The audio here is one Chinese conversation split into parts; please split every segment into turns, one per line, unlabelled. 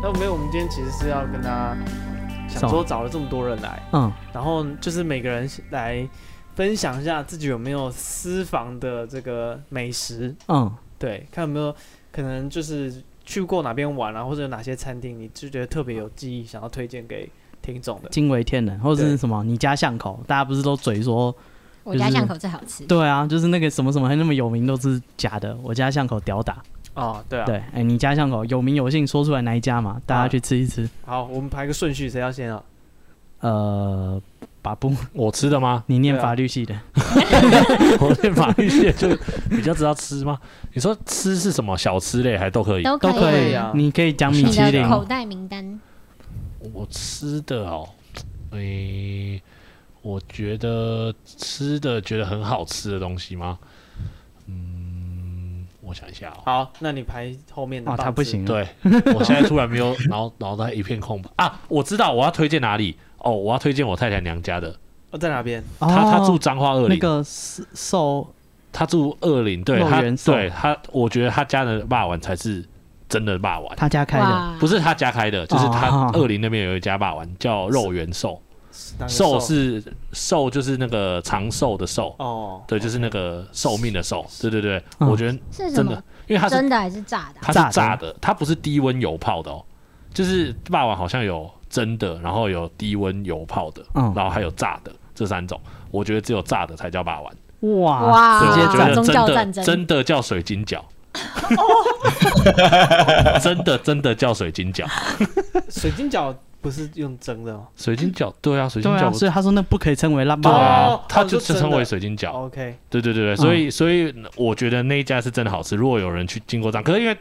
那没有，我们今天其实是要跟大家想说找了这么多人来，
嗯，
然后就是每个人来分享一下自己有没有私房的这个美食，
嗯，
对，看有没有可能就是去过哪边玩啊，或者有哪些餐厅你就觉得特别有记忆，想要推荐给听众的。
惊为天人，或者
对
是什么？你家巷口，大家不是都嘴说，
我家巷口最好吃。
对啊，就是那个什么什么还那么有名都是假的，我家巷口屌打，
哦，对啊，
对，哎、你家巷口有名有姓，说出来哪一家嘛，大
啊
家去吃一吃。
好，我们排个顺序，谁要先啊？
呃，把不，？
我吃的吗
你念
对啊
法律系的，
我念法律系的就比较知道吃吗？你说吃是什么小吃类还都可以。
都
都可
以
以，
啊
你可以讲米
你
其林
的，口袋名单，
我吃的哦，诶、我觉得吃的觉得很好吃的东西吗？嗯，我想一下哦。
好，那你排后面的。
哦，他不。行，，
对，我现在突然没有， 然后脑袋一片空白啊！我知道我要推荐哪里哦，我要推荐我太太娘家的，
哦，在哪边？
哦、
她她住彰化二
那
林，
个是寿，
她住二林，对
肉
她
圆寿
对她，我觉得她家的霸丸才是真的霸丸，
他家开的，
哇
不是她家开的，就是她
哦
二林那边有一家霸丸叫肉圆寿，
哪个
寿是寿就是那个长寿的寿，
哦，
对，就是那个寿命的寿，对对对，
嗯
我觉得
是什
真的
么？，
因为它是
真的还是炸的啊？
它是炸的，它不是低温油泡的哦，就是霸王好像有蒸的，然后有低温油泡的，
嗯
然后还有炸的这三种，我觉得只有炸的才叫霸王，
哇，
哇
所以我觉
炸
得
宗教战
真
争哦
的真的叫水晶饺。 真的真的叫水晶饺，
水晶饺不是用蒸的吗
水晶饺，对啊，水晶
对啊，
饺不，
所以他说那不可以称为辣
对
爸
哦
啊，
啊，它
哦
就
就真的嗯
称为水晶饺，
哦？OK，
对对对对，所以所以我觉得那一家是真的好吃。如果有人去经过这样，可是因为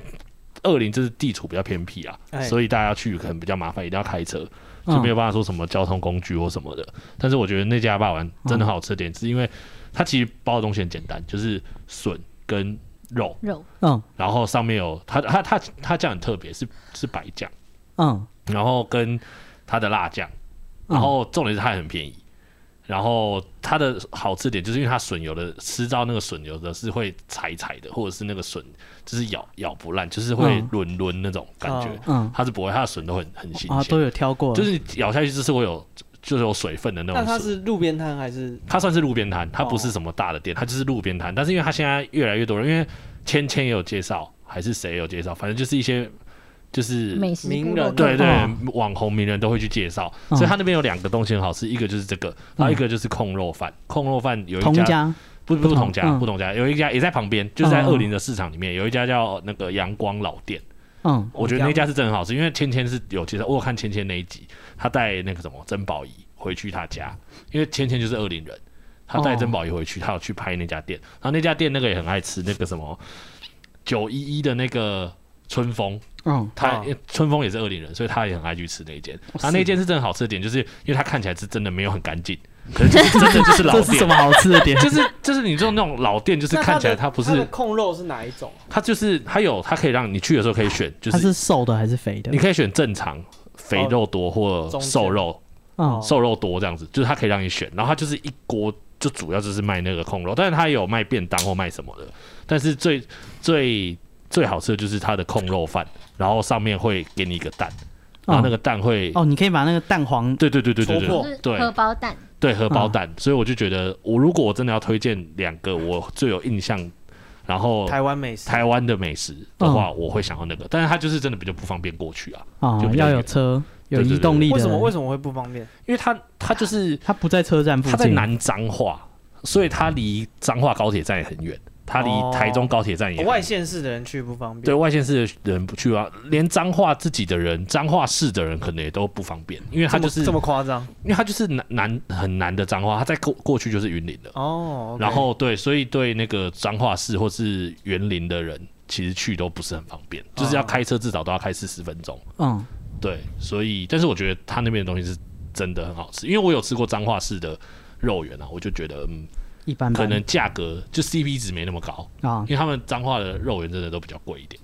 二林这是地处比较偏僻啊，
哎嗯
所以大家去可能比较麻烦，一定要开车，就没有办法说什么交通工具或什么的。但是我觉得那家霸王真
嗯
的好吃的点，是因为它其实包的东西很简单，就是笋跟肉，
肉
嗯
然后上面有它它它它酱很特别，是是白酱，
嗯，
然后跟它的辣酱，
嗯
然后重点是它也很便宜。然后它的好吃点就是因为它笋有的吃到那个笋有的是会柴柴的，或者是那个笋就是咬咬不烂，就是会
嗯
轮轮那种感
哦
觉。
嗯
它是不会，它的笋都很很新
啊
鲜，
都有挑过，
哦就是你咬下去就是会有就是有水分的那
那它
种笋。
是路边摊还是？
它算是路边摊，它不是
哦
什么大的店，它就是路边摊。但是因为它现在越来越多人，因为芊芊也有介绍，还是谁有介绍，反正就是一些就是
美食部
名人
落客
对对，
嗯
网红名人都会去介绍，
嗯
所以他那边有两个东西很好吃，一个就是这个，然后一个就是控肉饭。控肉饭有一
同
家
家
不
不
不同
同
家
嗯
不同家，有一家也在旁边，就是在
嗯
二林的市场里面有一家叫那个阳光老店，
嗯
我觉得那家是真的好吃，因为芊芊是有介绍，我有看芊芊那一集，她带那个什么珍宝仪回去她家，因为芊芊就是二林人，她带
哦
珍宝仪回去，她有去拍那家店，然后那家店那个也很爱吃那个什么九一一的那个春风。
嗯
他、
哦
春风也是二林人，所以他也很爱去吃那一间。
哦
他、
是
那间是真的好吃的点，就是因为它看起来是真的没有很干净，可是就是真的就是老
这 是什
店，
么好吃的点？
就是就是你这种那种老店，就是
那
看起来
的
它不
它的
是，
控肉是哪一种？
它就是它有它可以让你去的时候可以选，就
它
是
是瘦的还是肥的
你？可以选正常肥肉多或
中间
瘦肉
哦
嗯
瘦肉多这样子，就是它可以让你选。然后它就是一锅，就主要就是卖那个控肉，但是它也有卖便当或卖什么的。但是最最最好吃的就是它的控肉饭，然后上面会给你一个蛋，然后啊那个蛋会
哦，你可以把那个蛋黄
对对对对
戳
对对
破
就是
哦对
荷包蛋，
对
嗯
荷包蛋，所以我就觉得，我如果我真的要推荐两个我最有印象，然后
台湾美食。
台湾的美食的话，
嗯
我会想要那个，但是它就是真的比较不方便过去啊，
啊
就比，较
要有
远
车，有
对对
移
对
动力的。
为什么为
么
什么会不方便？
因为它它就是
它不在车站附
它在
近？
南彰化，所以它离彰化高铁站也很远，它离
哦
台中高铁站也很
外
远。
县市的人去不方便。
对外县市的人不去啊，连彰化自己的人、彰化市的人可能也都不方便，因为
这
它
么，
就是
这么夸张
因为它就是南南很南的彰化，它再过过去就是云林了。
哦。
然后对，所以对那个彰化市或是园林的人，其实去都不是很方便，就是要开车至少都要开四十分钟。
嗯
对，所以但是我觉得他那边的东西是真的很好吃，因为我有吃过彰化市的肉圆啊，我就觉得嗯，
一般般
可能价格就 CP 值没那么高，
啊
因，为他们彰化的肉圆真的都比较贵一点。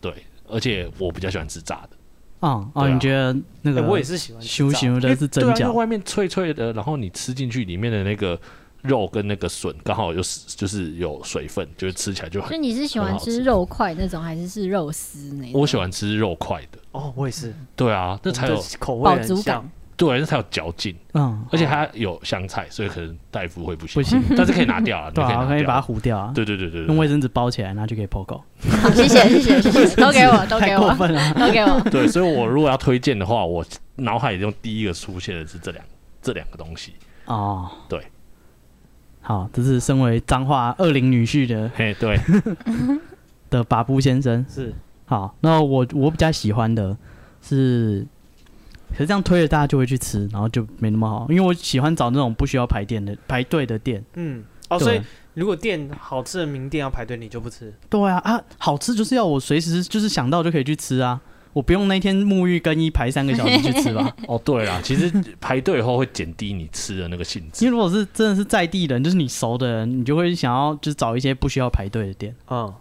对，而且我比较喜欢吃炸的，
嗯
对
哦，
啊
你觉得那
对
个
哎我也是喜欢吃
咻
炸的
咻的是
对
蒸
啊，因为
饺
外面脆脆的，然后你吃进去里面的那个肉跟那个笋刚好有就是有水分，就是吃起来就
所
很。
以你是喜欢吃肉块那种，还是是肉丝那种？
我喜欢吃肉块的，
哦，我也是，
对啊，那才
我
有
们的口味
饱
很
足
像
感。，
对，那才有嚼劲，
嗯，
而且它有香菜，所以可能大夫会不行，
不行，
但是可以拿 掉啊，你
对啊，
可
可
以
以把
拿
它
掉。
糊掉啊，
对对对对
用
对，
卫生纸包起来，然后就可以剖狗。
好，谢谢谢谢 谢谢，都给我，都
太
给
过
我，
分了，
都给 我。
对，所以我如果要推荐的话，我脑海中第一个出现的是这两这两个 东西。
哦，
对，
好，这是身为彰化二零女婿的
嘿，对，
的把布先生。
是
好，那我我比较喜欢的是，可是这样推了大家就会去吃，然后就没那么好，因为我喜欢找那种不需要排店的排队的店。
嗯，哦，所
对
以如果店好吃的名店要排队，你就不吃。
对啊啊，好吃就是要我随时就是想到就可以去吃啊，我不用那天沐浴更衣排三个小时去吃 吧。
哦，对啦，其实排队以后会减低你吃的那个兴致
因。为如果是真的是在地人，就是你熟的人，你就会想要就是找一些不需要排队的店。
嗯，
哦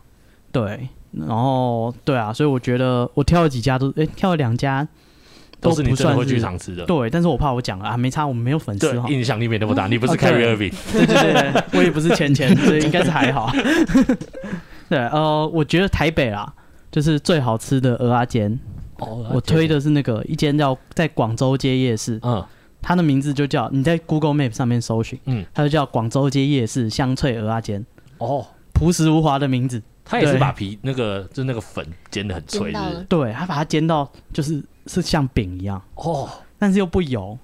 对，然后对啊，所以我觉得我挑了几家都，诶，挑了两家
都是
不
你真的
算
会
是
去尝试的。
对，但是我怕我讲了啊，没差，我们没有粉丝哈
对，，影响力没那么大。你不是
哦对
Carry Irving，
对对对，我也不是钱钱，所以应该是还好。对，呃，我觉得台北啦，就是最好吃的鹅阿煎，
哦
我推，的是那个一间叫在广州街夜市，
嗯，
它的名字就叫你在 Google Map 上面搜寻，
嗯
嗯，它就叫广州街夜市香脆鹅阿煎，
哦，
朴实无华的名字。
他也是
对
把皮那个就是那个粉煎的很脆，
煎到
是
了
不是
对，它把它煎到就是是像饼一样，
哦
但是又不油，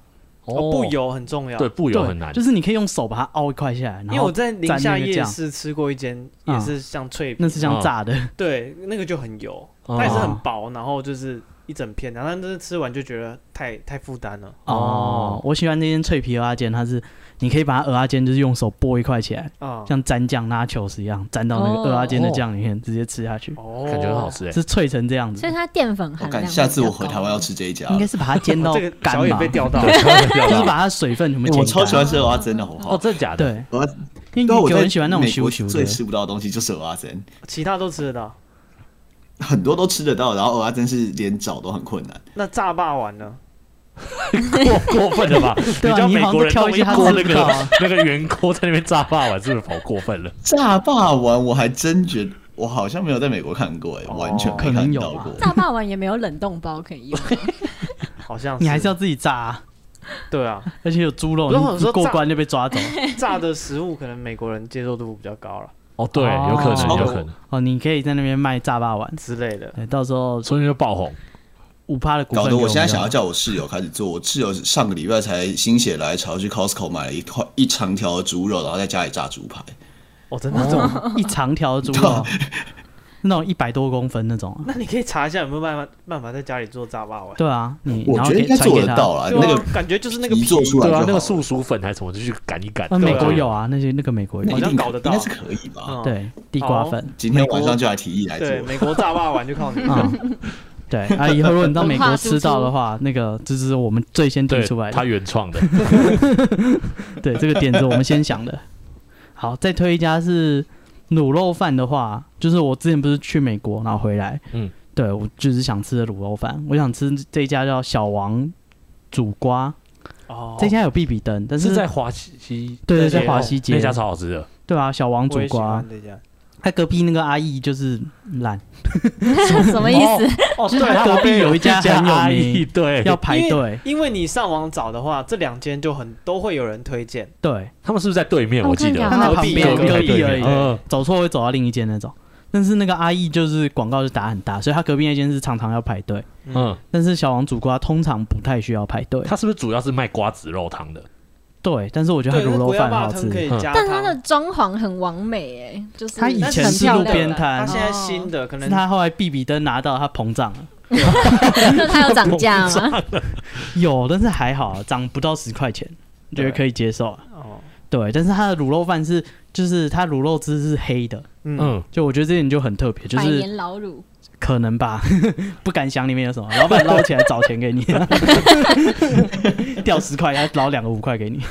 哦，不，油很重要。
对，，不油
对，
很难
就。是你可以用手把它凹一块下来，
因
然
为我
后
在宁
蘸
夏
那个
夜
酱
市吃过一间，
嗯
也是像脆皮，
那是像
哦
炸的，
对，那个就很油，
哦
它也是很薄，然后就是一整片，然后但是吃完就觉得太太负担了。
哦
哦，我喜欢那间脆皮鹅阿煎，它是你可以把它鹅阿煎就是用手剥一块起来，
啊，
像沾酱拉球一样，沾到那个
哦
鹅阿煎的酱里面，直接吃下去，
哦，
感觉很好。吃哎。
是脆成这样
所以
子。
它淀粉含量
我感
比较高。
下次我回台湾要吃这一家
应
了
该。是把它煎到
这个小
干
野
嘛，
被
就
钓 到了，
是
对
把它水分全部
欸
煎
我
干。
超喜欢吃蚵仔煎的，好不好？
哦，真的假的？
对，
蚵仔
因
对
为
啊我
你
在
我很喜欢那种
美
咻
国
咻
最
的，
吃不到的东西就是蚵仔煎，
其他都吃得到。
很多都吃得到，然后蚵仔煎是连找都很困难。
那炸霸丸呢？
过过分了吧？
对啊
叫
你
美
好像
国人
挑
弄
一
一
些他
锅那
吃不到
个
啊
那个圆锅在那边炸霸碗，是不是好过分了？
炸霸丸我还真觉得我好像没有在美国看过、欸，
哦
完全
可
没
能
看
有
到
吧
过。
炸霸王也没有冷冻包可以用，
好像
你还是要自己炸啊，
对啊，
而且有猪肉，
不是我
你
说
你过
炸
关就被抓走。
炸的食物可能美国人接受度比较高了
哦，对，有可能，
哦
有可能，
哦，你可以在那边卖炸霸丸，
之类的。
对，到时候
所以就爆红。
五趴的股份
搞
给
得
我
我
们
现在想要
啊
叫我室友开始做，我室友上个礼拜才心血来潮去 Costco 买了一块一长条的猪肉，然后在家里炸猪排。
哦，真的
那？种一长条的猪肉，那种一百多公分那种啊。
那你可以查一下有没有办法办法在家里做炸霸丸。
对啊，你
我
然后可
觉得应
以
该
传
做
给
得
他。
到啦，
对
呃那
啊
个
感觉就是那个
皮做出来
对
就
啊
好，
那个
了
素薯粉还是什么，就去擀一擀。
啊，
对
美
啊
国有啊，那些那个美国
那
有
一，
好像
定啊可
搞得到
应该是可以吧？
嗯，
对，地瓜粉，
今天晚上就来提议来做。
对，美国炸霸丸就靠你。
嗯，对啊，以后如果你到美国吃到的话，那个这是我们最先提
对
出来，
他
的，
原创 的。
对，这个点子我们先想的。好，再推一家是卤肉饭的话，就是我之前不是去美国然后回来，
嗯
嗯，对我就是想吃的卤肉饭，我想吃这一家叫小王煮瓜，
哦，
这家有必比登，但
是
是
在华西，
对对
在
在华西街
那家超好吃的，
对啊，小王
我
煮
也喜
瓜
欢，这家。
他隔壁那个阿姨就是懒，
什么意思？
哦，
就是它隔壁有一家很有
阿姨，
名，
对，
要排队，
因为你上网找的话，这两间就很都会有人推荐。
对，
他们是不是在对面？
哦
我记
看
得
一下
它那
隔
旁
壁
边
隔壁
隔壁而已，
嗯
走错会走到另一间那种。但是那个阿姨就是广告就打很大，所以她隔壁那间是常常要排队。
嗯，
但是小王煮瓜通常不太需要排队，
他是不是主要是卖瓜子肉汤的？
对。但是我觉得
对，
她卤
那
肉
国药
饭很
霸
好
汤可
吃，
以
嗯
加
但它的
汤。
装潢很完美哎、就是
它以前
很
是
漂
路
亮
边
的它
摊，
现在新的可
是
能
她后来必比登拿到，她膨胀了，
那它有涨价吗？
有，但是还好，啊涨不到十块钱，我觉得
对
可以接受啊。
哦，
对，但是它的卤肉饭是，就是它卤肉汁是黑的，
嗯，
嗯，
就我觉得这点就很特别，就
百
是
年老乳，
可能吧， 不敢想里面有什么。老板捞起来找钱给你， 掉十块，他捞两个五块给你。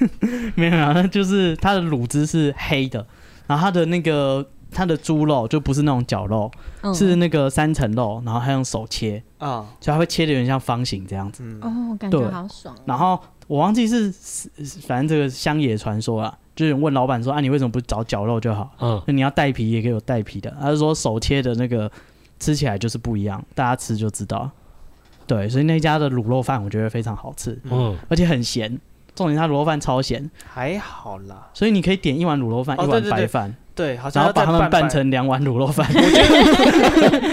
没有啊，就是它的卤汁是黑的，然后它的那个它的猪肉就不是那种绞肉，
嗯、
是那个三层肉，然后他用手切，
啊，
所以它会切的有点像方形这样子。
嗯，
哦，感
对
觉好爽哦、
然后我忘记是，是是反正这个乡野传说啊，就是问老板说啊，你为什么不找绞肉就好？
嗯，
那你要带皮也可以有带皮的。他就说手切的那个吃起来就是不一样，大家吃就知道。对，所以那家的卤肉饭我觉得非常好吃，
嗯，
而且很咸。重点它卤肉饭超咸，
还好啦。
所以你可以点一碗卤肉饭，
哦
一
对
碗
对
白
对
饭，
对，好像
然
要
后把
再
它们
拌
拌，成两碗卤肉 饭。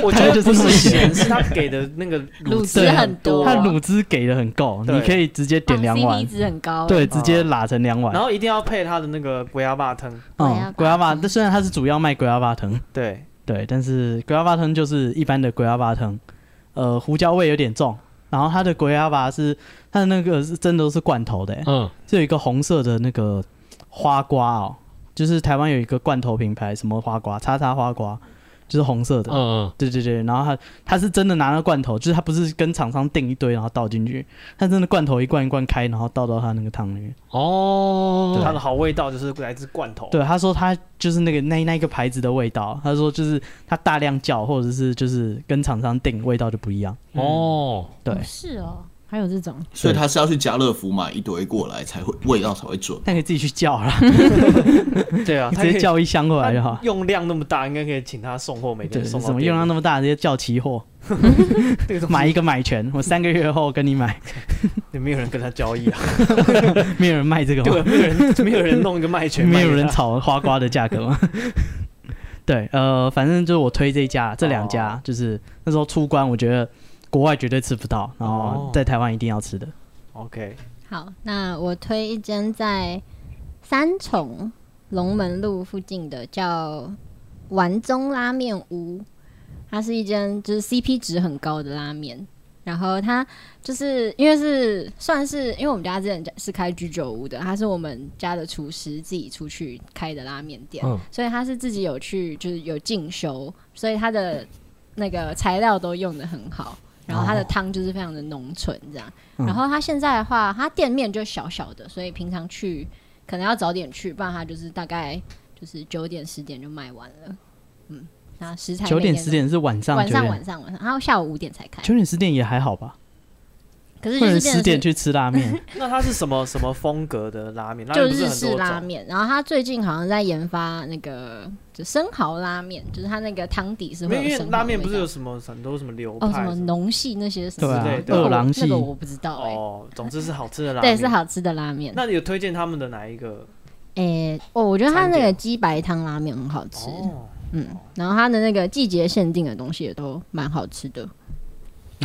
我 觉得
就是
不
这么
是
咸
咸，是他给的那 个
卤
汁
汁很多，
它卤汁给的很够，
对
你可以直接点两碗
哦
CP，值很高。欸
对，，直接拉成两
然
碗。
后一定要配他的那个鬼压巴汤。
嗯，
龟
龟
阿
阿
爸
巴，但虽然它是主要卖龟阿巴藤，
对，
对，但是龟阿巴藤就是一般的龟阿巴藤，呃，胡椒味有点重。然后它的龟阿巴是它的那个是真的都是罐头的、欸，
嗯，
是有一个红色的那个花瓜哦，就是台湾有一个罐头品牌，什么花瓜，叉叉花瓜，就是红色的。
嗯
对对对，然后它它是真的拿了罐头，就是它不是跟厂商订一堆然后倒进去，它真的罐头一罐一罐开，然后倒到它那个汤里面。
嗯，哦，
它的好味道就是来自罐头。
对，他说他就是那个那那个牌子的味道，他说就是他大量叫或者是就是跟厂商订味道就不一样。
哦，
对，
嗯
是哦，还有这种
所以他是要去家乐福买一堆过来，才会味道才会准。
那可以自己去叫啦，
对啊，
你
它
直
可
接
以
叫一箱过来就
它
好。
用量那么大，应该可以请他送货，每
对，
天送到
什么
店
用
里
量那么大，直接叫期货，
这个东西
买一个买全，我三个月后跟你买，
也 没有人跟他交易啊，
没有人卖这个吗
对，？没有人没有人弄一个卖权，
没有
卖给
人
他
炒花瓜的价格吗？ 对，呃，反正就是我推这一家，这两家、
哦
就是那时候出关，我觉得国外绝对吃不到，然后
哦
在台湾一定要吃的。
OK，
好。那我推一间在三重龙门路附近的叫丸中拉面屋，它是一间就是 CP 值很高的拉面。然后它就是因为是算是因为我们家之前是开居酒屋的，它是我们家的厨师自己出去开的拉面店，
嗯
所以他是自己有去就是有进修，所以他的那个材料都用的很好，然后它的汤就是非常的浓醇这样。
嗯
然后它现在的话，它店面就小小的，所以平常去可能要早点去，不然它就是大概就是九点十点就卖完了。嗯，那食材
九点
每天
十
都
点是晚上
晚
九
上
点
晚上晚上，然后下午五点才开，
九点十点也还好吧，
可是
或
就
者
是变
十
成
点
是
去吃拉面，
那它是什么什么风格的拉面？拉
就
面不是
日
很多
式
种
啊
拉面。然后他最近好像在研发那个就生蚝拉面，就是它那个汤底是
没
会
有因
有
为
生蚝
拉
的
面不
味
是
道
有什么很多什么流
哦什
派
么
什么
浓系那些什么
对啊
之类的
二
那个我
郎系
那个我不知道哎、
哦，总之是好吃的拉
对
面。
是。好吃的拉面。
那你有推荐他们的哪一个？
诶、哦，我觉得它
餐
那
点
个鸡白汤拉面很好吃，
哦，
嗯，然后它的那个季节限定的东西也都蛮好吃的，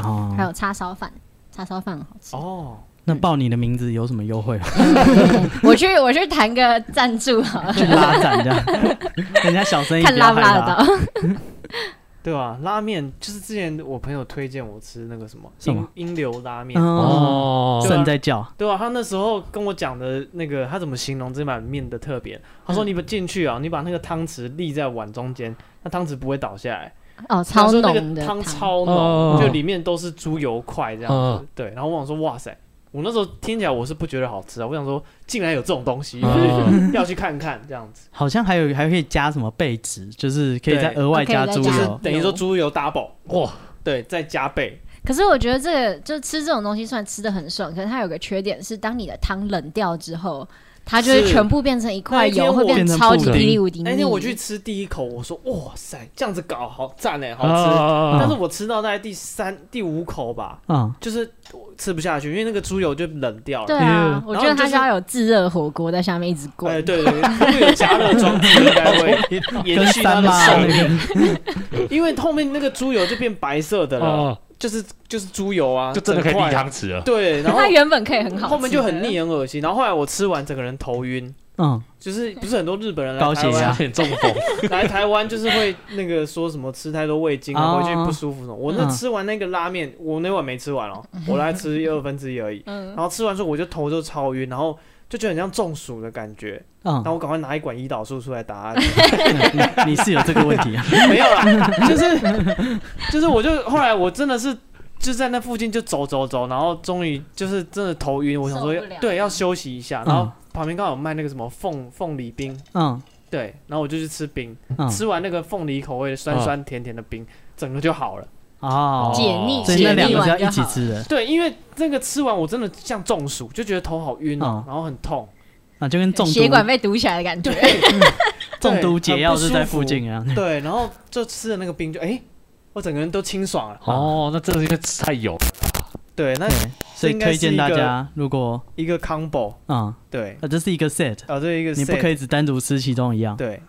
哦
还，有叉烧饭，叉烧饭很好吃。
哦，
那报你的名字有什么优惠吗？
我去我去谈个赞助好了，
去拉赞这样，人家小生意
看
比较
拉不
害
拉
怕
得到。
对吧？拉面就是之前我朋友推荐我吃那个什么
什
英
么
英流拉面，
哦，
哦，
正在叫，
对啊，他那时候跟我讲的那个，他怎么形容这碗面的特别？他说你把进去啊，你把那个汤匙立在碗中间，那汤匙不会倒下来。
哦，超
他说那
浓
个
的
汤
汤，
超
哦
浓，就里面都是猪油块这样
嗯
子。对，然后我想说，哇塞，我那时候听起来我是不觉得好吃啊，我想说，竟然有这种东西，
嗯
要去看看这样子，
好像还有还可以加什么贝汁，就是可以
对
再额外
哦可以再
加猪
加
油，
等于说猪油 double，
啊哇，
对，再加倍。
可是我觉得这个就吃这种东西，虽然吃的很爽，可是它有个缺点是，当你的汤冷掉之后，它就会
是
全部变成一块
那一天
油，
我
会变
变
成
成
超级
布
霹
丁
雳
嗯
无敌腻。
那天我去吃第一口，我说哇塞，这样子搞好赞哎，好吃。
啊
但是我吃到大概第三、第五口吧，
嗯，
就是我吃不下去，因为那个猪油就冷掉
对
了。
啊
嗯，
我觉得
然后
它
就是
是要有炙热火锅在下面一直滚。
哎，对对对，如果有加热装置，应该 会延
跟
续它
三
的
妈
寿
那
命。
个
因为后面那个猪油就变白色的了，
哦，
就是就是猪油啊，
就真的可以
整
立
块
汤匙了，
对，呃然后
它原本可以很好，
后面就很。腻很恶心，然后后来我吃完整个人头晕，
嗯，
就是不是很多日本人来
高
台
血压
湾
有点中 风，
来台湾就是会那个说什么吃太多味精啊，
哦
回去不舒服什么。我
嗯
那吃完那个拉面，我那碗没吃完哦，我来吃二分之一而已，
嗯
然，后吃完之后我就头就超晕，然后。就觉得很像中暑的感觉，然后
嗯，
我赶快拿一管胰岛素出来打，
你是有这个问 题啊？
没有啦，就是就是，我就后来我真的是就在那附近就走走走，然后终于就是真的头晕，我想说
受不了嗯
对要休息一下，然后旁边刚好有卖那个什么凤凤梨冰，
嗯
对，然后我就去吃冰，
嗯，
吃完那个凤梨口味的酸酸甜甜的冰，整个就好了。
哦，
解腻
所以那
解
两
腻
个是要
完就
一起
好。
吃的。
对，因为那个吃完我真的像中暑，就觉得头好晕哦
嗯，
然后很痛，
啊，就跟中
血管
毒
被堵起来的感觉。
中毒解药
很不
就在
舒服
附近啊一样。
对，然后就吃了那个冰就，哎、我整个人都清爽
嗯
了。
哦，那真的是因为吃太油，
对，那
对，所以
应该
推
是
荐
一
大
个
家，如果
一个 combo，
嗯，
对，
啊，这是一个 set，
啊，这一个
你不
set，
可以只单独吃其中一样，
对，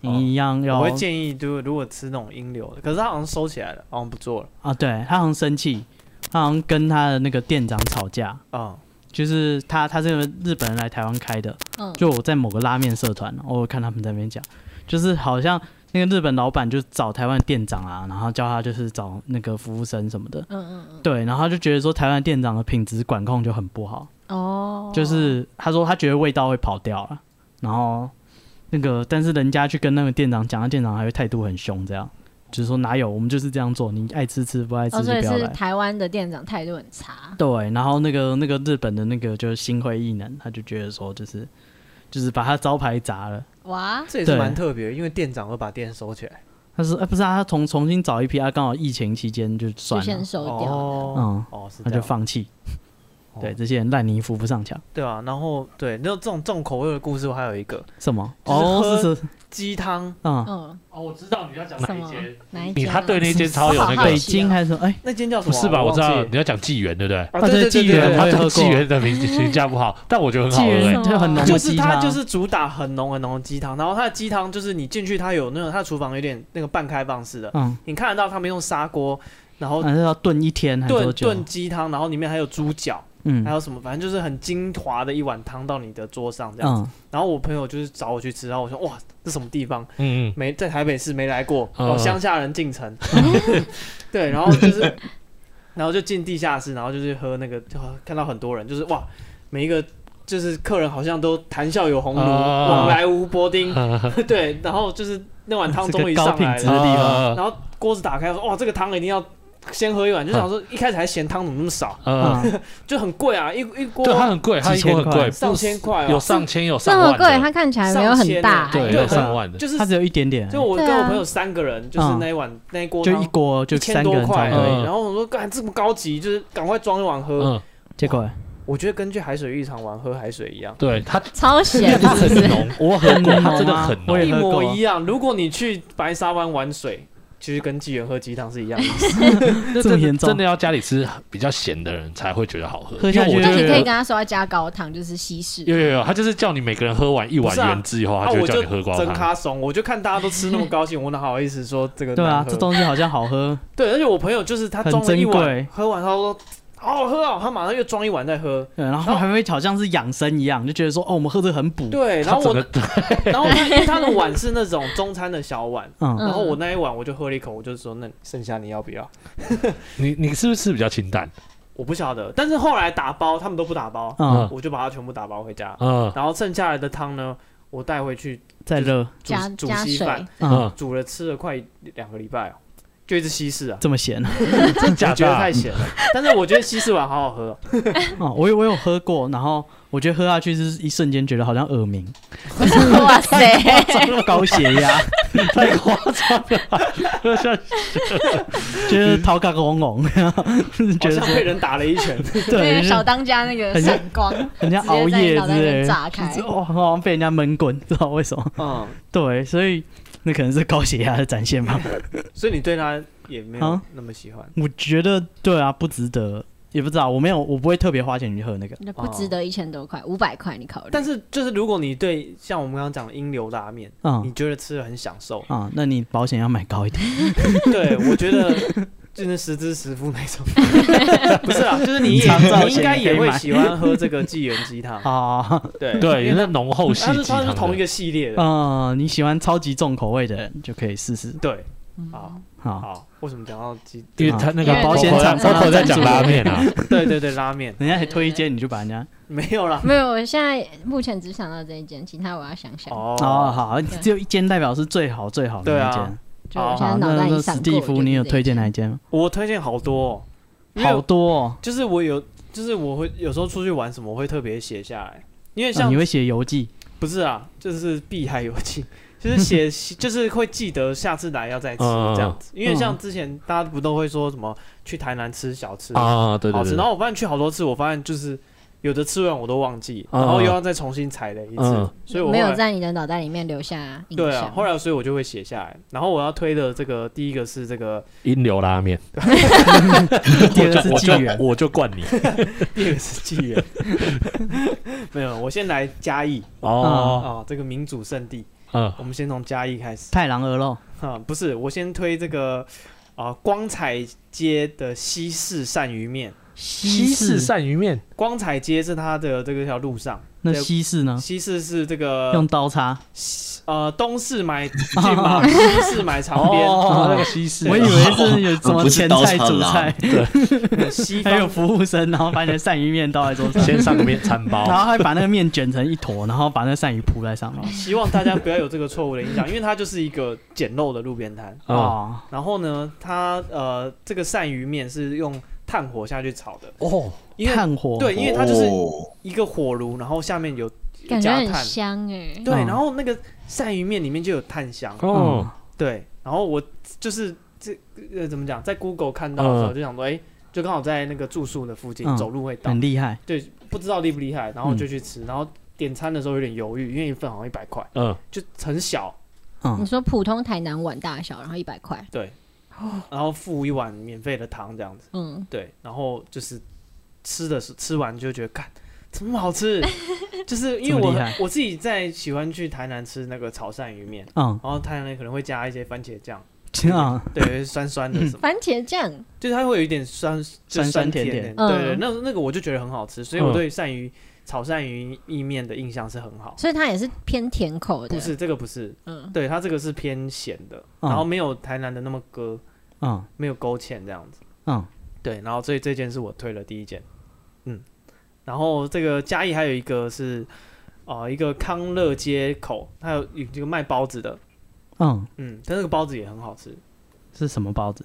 你一样
我
要
会建议，如果如果吃那种阴
嗯
流的，可是他好像收起来了，好像不做了。
啊，对他好像生气，他好像跟他的那个店长吵架，
嗯，
就是他他是日本人来台湾开的，
嗯
就我在某个拉面社团，我有看他们在那边讲，就是好像那个日本老板就找台湾店长啊，然后叫他就是找那个服务生什么的，
嗯嗯
对，然后他就觉得说台湾店长的品质管控就很不好，
嗯，哦，
就是他说他觉得味道会跑掉了，然后那个但是人家去跟那个店长讲，那店长还会态度很凶，这样就是说哪有我们就是这样做，你爱吃吃不爱吃
哦，
就
所以
不要
是
来。
台湾的店长态度很差。
对，然后那个那个日本的那个就是心灰意冷，他就觉得说就是就是把他招牌砸了。
哇，
这也是
对
蛮特别的，因为店长会把店收起来。
他说：“哎、不是啊，他重重新找一批啊，刚好疫情期间就
就
算了
先，收掉。
哦，
嗯，
哦，是
他
这
就
样。
放弃。
哦
对，这些人烂泥扶不上墙。
对啊，然后对，那这种重口味的故事，我还有一个
什么？
就是
哦，
喝
是是，
鸡汤，
嗯，
嗯，
哦，我知道你要讲
什么？哪一
你
间啊？
他对那间超有那
好
个
北
奇，
京还是什么？哎、
那间叫什
不
么啊？
是吧？
我
我知道
忘
你
记
要讲纪元，对不对？
啊
啊
对
对
对
纪
对
元
对
我
他
也
这
喝过
纪元的名字评价不好，但我觉得很好
纪
喝哎
元。就很浓
就
的
是
鸡
它
汤，
就是主打很浓很浓的鸡汤，然后它的鸡汤就是你进去，它有那种它厨房有点那个半开放式的，
嗯，
你看得到他们用砂锅，然后
反正要炖一天还是
炖
多久？
哦
啊
炖鸡汤，然后里面还有猪脚，还
嗯
有什么，反正就是很精华的一碗汤到你的桌上这样。
嗯，
然后我朋友就是找我去吃，然后我说哇，这什么地方？
嗯嗯，
没在台北市没来过，
嗯
哦，乡下人进 城， 对，然后就是，然后就进地下室，然后就是喝那个，就看到很多人，就是哇，每一个就是客人好像都谈笑有鸿儒，
哦
往来无波丁，
啊
对，然后就是那碗汤终于
这个高
上来
品质
了，
的地方
呃
然后锅子打开，说哇，这个汤一定要先喝一碗，就想说
啊
一开始还嫌汤怎么那么少，
呃，
嗯，
就很贵啊，一一锅
对，它很贵，它一
几千
锅很贵，
块
上千块哦
有上千，有
这
上
么
万
贵，
的，
它看起来没有很大、
上
哎
对，
就
有
很
上万的。
就是
它只有一点点而已，
就我跟
对啊
我朋友三个人，就是
嗯
那一碗那一锅
就
汤
一锅就
一千
三个
多
人
块
才呃
而
可
已。
嗯
以，
然后我说，干这么高级，就是赶快装一碗喝。
嗯，
结果
我觉得跟去海水浴场玩喝海水一样，
对，它
超 咸，
它
是不
很
是？
浓，
我很浓
它
啊
真的很浓
我。也
一
喝
模
过
一样。如果你去白沙湾玩水，其实跟纪元喝鸡汤是一样的意思。
那
这么严重
真的要家里吃比较咸的人才会觉得好喝。
喝下去
因为
那
我
你
觉
可以跟
得
他说要加高糖，就是稀释。
有有有，他就是叫你每个人喝完一碗
不是啊
原汁以后，
啊，
他就
我
会叫
就
你喝光
真
它。
咖怂，我就看大家都吃那么高兴，我哪好意思 说这个
对啊
难，喝
这东西好像好喝，
对，而且我朋友就是他
很
装了一
珍
碗
贵，
喝完他说好好喝哦，他马上又装一碗再喝。
对，然后还会好像是养生一样，就觉得说哦，我们喝这个很补，
对，然
它
后
整
我
个
然后因为他的碗是那种中餐的小碗，
嗯，
然后我那一碗我就喝了一口，我就说那剩下你要不要？
你你是不是吃比较清淡？
我不晓得，但是后来打包他们都不打包，
嗯，
我就把它全部打包回家，
嗯
然后剩下来的汤呢，我带回去
再热，
煮
加
煮
加
稀
水
饭，，
嗯，
嗯，
煮了吃了快两个礼拜哦，就一直稀释啊，
这么咸
真
我
假
觉
的
得
啊
太？咸了，但是我觉得稀释碗好好喝哦，
哦，我有我有喝过，然后我觉得喝下去是一瞬间觉得好像耳鸣，
哇塞，
高血压，
太夸张 了，像
觉得头壳嗡嗡，
好
觉得
像被
说
人打了一 拳，
那
对，
个
就
小
是
当家那个
很像
闪光，
很像
直
熬
接在你
夜
脑
之
袋那边
类的，
炸开
就。哦，好像被人家闷滚，不知道为什么。
嗯，
对，所以那可能是高血压的展现吧。
所以你对他也没有
啊
那么喜欢，
我觉得对啊，不值得，也不知道，我没有，我不会特别花钱去喝那个。
那不值得一千多块，五百块你考虑。
但是就是如果你对像我们刚刚讲的英流拉面，你
嗯
觉得吃的很享受，
啊、那你保险要买高一 点。
对，我觉 得就是十之十付那种，不是啊，就是你也
长照
你应该
险可
也
以
会
买
喜欢喝这个纪元鸡汤，
啊，
对
对，
因为
那浓厚
它
细
它是
鸡
它
汤
是
的。
同一个系列的，
嗯，你喜欢超级重口味的人就可以试试。
对，
嗯
好
好，
好，为什么讲到鸡？
因为他那个
因为保险
厂商
包括在讲拉面啊，
对对对，拉面
人家还推荐你就把人家
没有 啦。
没有，我现在目前只想到这一间，其他我要想想。
哦
哦，好，只有一间代表是最好最好的
对
那
啊
间。
就我现在
好，
脑
那
袋
那
一
史
闪
蒂
过，
夫，你有推荐哪一间吗？
我推荐好多、哦，因为
好多哦，
就是我有，就是我会有时候出去玩什么，我会特别写下来，因为
啊
像、
你会写 游记
不是啊，就是碧海游记， 就是写，就是会记得下次来要再吃
嗯
这样子。因为像之前大家不都会说什么去台南吃小吃，
啊，对对
好吃，然哦
对，
后我发现去好多次，我发现就是有的吃完我都忘记，
嗯
然后又要再重新踩雷一次
嗯，
所以我后
没有
来
在你的脑袋里面留下印象。
对啊，后来所以我就会写下来。然后我要推的这个第一个是这个，
阴流拉面，
第二是
我
纪
就
元，
我就 灌
嗯
你
第二个是纪 元，没有，我先来嘉义
哦，
啊，这个民主圣地，
嗯，
我们先从嘉义开始
太郎鹅肉，
啊，不是，我先推这个啊光彩街的西式鳝鱼面。
西
西式鳝鱼面，
光彩街是它的这个条路上，
那
对
西式呢？
西式是这个
嗯用刀叉，
呃东市 买近马，西市买长边，
哦，那个西式，
我以为是有什
哦
么
不是
前
刀
菜、
叉
主
啦
菜，
西
还有
方
服务生，然后把你的鳝鱼面倒 在桌上，
先上个面餐包，
然后还把那个面卷成一坨，然后把那鳝鱼铺在上面。
希望大家不要有这个错误的印象，因为它就是一个简陋的路边摊。
啊，
哦，
然后呢，它呃这个鳝鱼面是用炭火下去炒的，
哦，
因为
炭火，
对，因为它就是
哦
一个火炉，然后下面有
感觉
加
很
炭，
香哎、
对，
嗯
然后那个鳝鱼面里面就有炭香，
哦，
对，然后我就是这呃怎么讲，在 Google 看到的时候
嗯
就想说，哎、就刚好在那个住宿的附近，
嗯
走路会到，
很厉害，
对，不知道厉不厉害，然后就去吃，然后点餐的时候有点犹豫，因为一份好像一百块，
嗯，
就很小，
你
嗯，
说普通台南碗大小，然后一百块，
对，然后付一碗免费的汤这样子，
嗯，
对，然后就是吃的是吃完就觉得，看怎么那么好吃，就是因为
这么
我
厉害
我自己在喜欢去台南吃那个炒鳝鱼面，
嗯，
然后台南可能会加一些番茄酱，
这样
对，酸酸的什么。
番茄酱，
就是它会有一点酸，就
酸
酸
酸甜
甜
甜
的。
嗯
对对，那那个我就觉得很好吃，所以我
嗯
对鳝鱼炒鳝鱼意面的印象是很好。
所以它也是偏甜口的，
不是这个不是，
嗯，
对它这个是偏咸的，
嗯
然后没有台南的那么割，
嗯
没有勾芡这样子。
嗯，
对，然后所以这件是我推了第一件，嗯，然后这个嘉义还有一个是，呃，一个康乐街口，它有有一个卖包子的，
嗯，
嗯，它那个包子也很好吃，
是什么包子？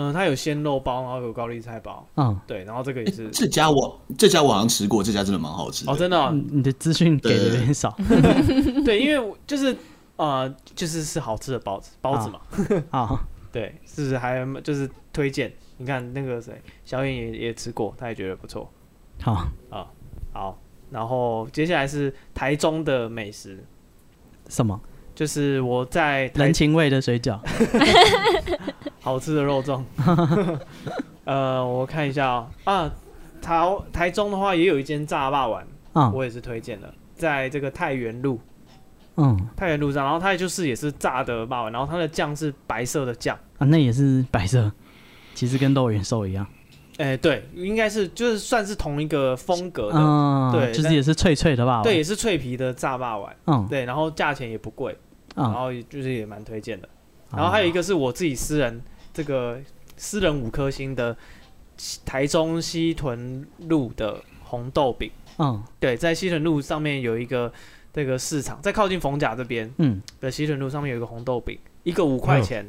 嗯、它有鲜肉包，然后有高丽菜包，
嗯，
对，然后这个也是，
这家我这家我好像吃过，这家真的蛮好吃的。
哦，真的哦、
嗯你你的资讯给的有点少
对，因为我就是呃，就是是好吃的包子，包子嘛，
啊。
对，是还就是推荐。你看那个谁，小颖也也吃过，他也觉得不错。啊
好，
好，然后接下来是台中的美食，
什么
就是我在台
人情味的水饺？
好吃的肉粽。 呃，我看一下哦，啊，台台中的话也有一间炸霸丸，
嗯
我也是推荐的，在这个太原路
嗯，
太原路上，然后它就是也是炸的霸丸，然后它的酱是白色的酱。
啊，那也是白色，其实跟肉圆寿一样。
哎、对，应该是就是算是同一个风格的，
嗯，
对
就是
但
也是脆脆的吧？
对，，也是脆皮的炸霸丸，
嗯
对，然后价钱也不贵，然
嗯，啊
后也就是也蛮推荐的。然后还有一
个
个是我自己私人这个私人五颗星的台中西屯路的红豆饼，
嗯
对，在西屯路上面有一个这个市场，在靠近逢甲这边
嗯
的西屯路上面有一个红豆饼，一个五块钱，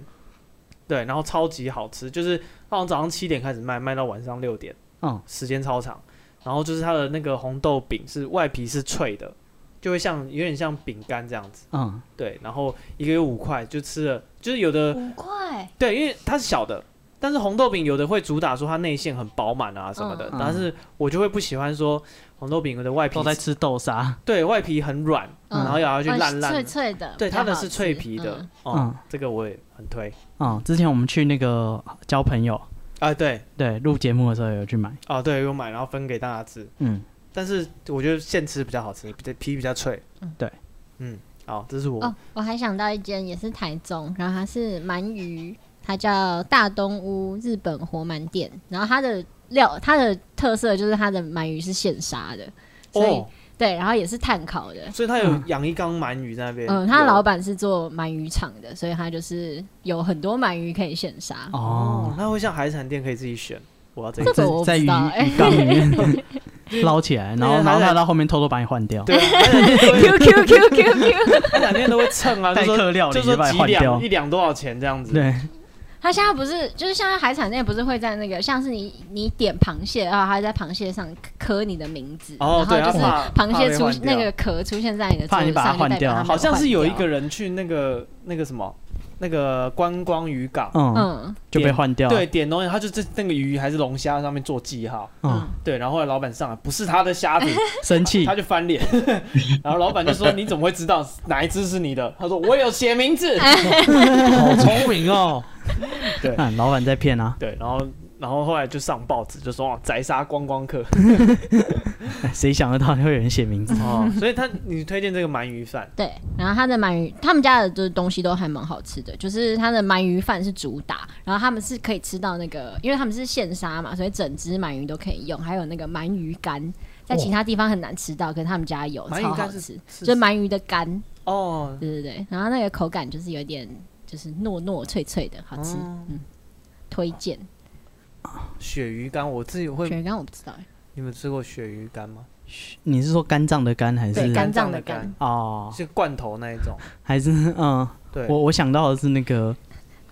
对，然后超级好吃，就是好像早上七点开始卖，卖到晚上六点。
嗯
时间超长，然后就是它的那个红豆饼是外皮是脆的，就会像有点像饼干这样子，
嗯
对，然后一个月五块就吃了，就是有的
五块，
对，因为它是小的，但是红豆饼有的会主打说它内馅很饱满啊什么的，
嗯
但是我就会不喜欢说红豆饼的外皮
都在吃豆沙。
对外皮很软，
嗯
然后咬下去烂烂
脆
的，
脆的，
对，
比较
它的
好
是
吃
脆皮的
嗯，
哦，这个我也很推
嗯，之前我们去那个交朋友，
啊，对，
对，录节目的时候有去买。
哦对，有买然后分给大家吃，
嗯，
但是我觉得现吃比较好吃，比较皮比较脆。
嗯
对，
嗯，好，这是我。
哦，我还想到一间也是台中，然后它是鳗鱼，它叫大东屋日本活鳗店，然后它的料它的特色就是它的鳗鱼是现杀的，所以、
哦，
对，然后也是炭烤的。
所以他有
嗯
养一缸鳗鱼在那边。
嗯，他的老
板。
板是做鳗鱼厂的，所以他就是有很多鳗鱼可以现杀。
哦
哦，，
那会像海产店可以自己选，我要这
这
个。
个
在
我不
在
知
鱼
道哎
鱼缸里面 捞起来，然
对
后然后
还在
他到后面偷偷把你换掉，
对啊，海产店都会
Q Q Q Q Q，
海产店都会称 啊，就
代
说
客料
就
理
说
就把你
几
换掉
两一。两多少钱这样子。哦
对，
他现在不是就是现在海产店不是会在那个像是你你点螃蟹，然后他在螃蟹上刻你的名字，
哦对
然后就是
他怕
螃蟹
怕被
出
换掉
那个壳出现在你的桌
怕你
子
把它
上，就
换
代表
掉
它没
好像是有一
换
个人去那个那个什么那个观光渔港，
嗯，
哦
嗯
就被换掉了。
对，点东西，他就在那个鱼还是龙虾上面做记号，
嗯，
对，然后后来老板上来不是他的 虾子，
生气
他，就翻脸， 然后老板就说你怎么会知道哪一只是你的？他说我有写名 字，
好 聪明哦。
对
啊，老板在骗 啊，
对，然后然后后来就上报纸就说哦宰杀观光客，
哎谁想得到会有人 写名字？
哦，所以他你推荐这个鳗鱼饭，
对，然后他的鳗鱼，他们家的就是东西都还蛮好吃的，就是他的鳗鱼饭是主打，然后他们是可以吃到那个，因为他们是现杀嘛，所以整只鳗鱼都可以用，还有那个鳗鱼干，在其他地方很难吃到，可是他们家有，
哦鳗
超
鱼
好
干是
吃，
是
就是鳗鱼的干，
哦，
对对对，然后那个口感就是有点就是糯糯脆脆的，好吃，嗯，推荐。
哦鳕鱼干我自己会，
雪干我不知道欸，
你们吃过鳕鱼干吗？
你是说肝脏的肝还
对
是
肝
肝
脏
的
的肝
哦？
是罐头那一种，
还是嗯，
对，
我我想到的是那个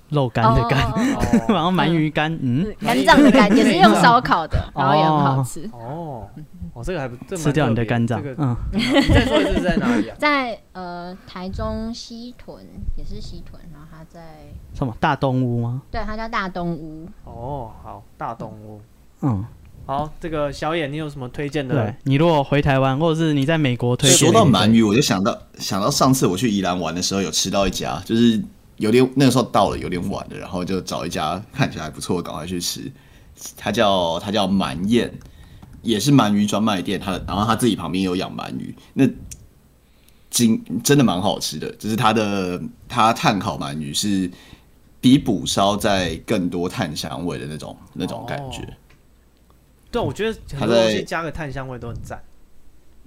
肉干的干，
哦，哦
哦
然后鳗鱼干，
哦
嗯
是， 肝脏的肝也是用烧烤的，
哦
然后也很好吃。？
哦，哦，这个还不这蛮
吃掉你
特
的
别
肝脏
这，个
嗯，
你再说一次是在哪里 啊
在呃台中西屯也是西屯，然后他在
什么大动物吗？
对他叫大东屋，
哦，好，大动物。
嗯，
好，这个小野，你有什么推荐的
对？你如果回台湾，或者是你在美国推荐
说
的，
到鳗鱼，我就想到想到上次我去宜兰玩的时候，有吃到一家，就是有点那个时候到了有点晚了，然后就找一家看起来还不错，赶快去吃。它叫它叫鳗宴，也是鳗鱼专卖店，它的然后它自己旁边有养鳗鱼，那真真的蛮好吃的，只是它的它炭烤鳗鱼是比补烧在更多炭香味的那种那种感觉。
哦对，我觉得很
它
多
在
东西加个炭香味都很赞。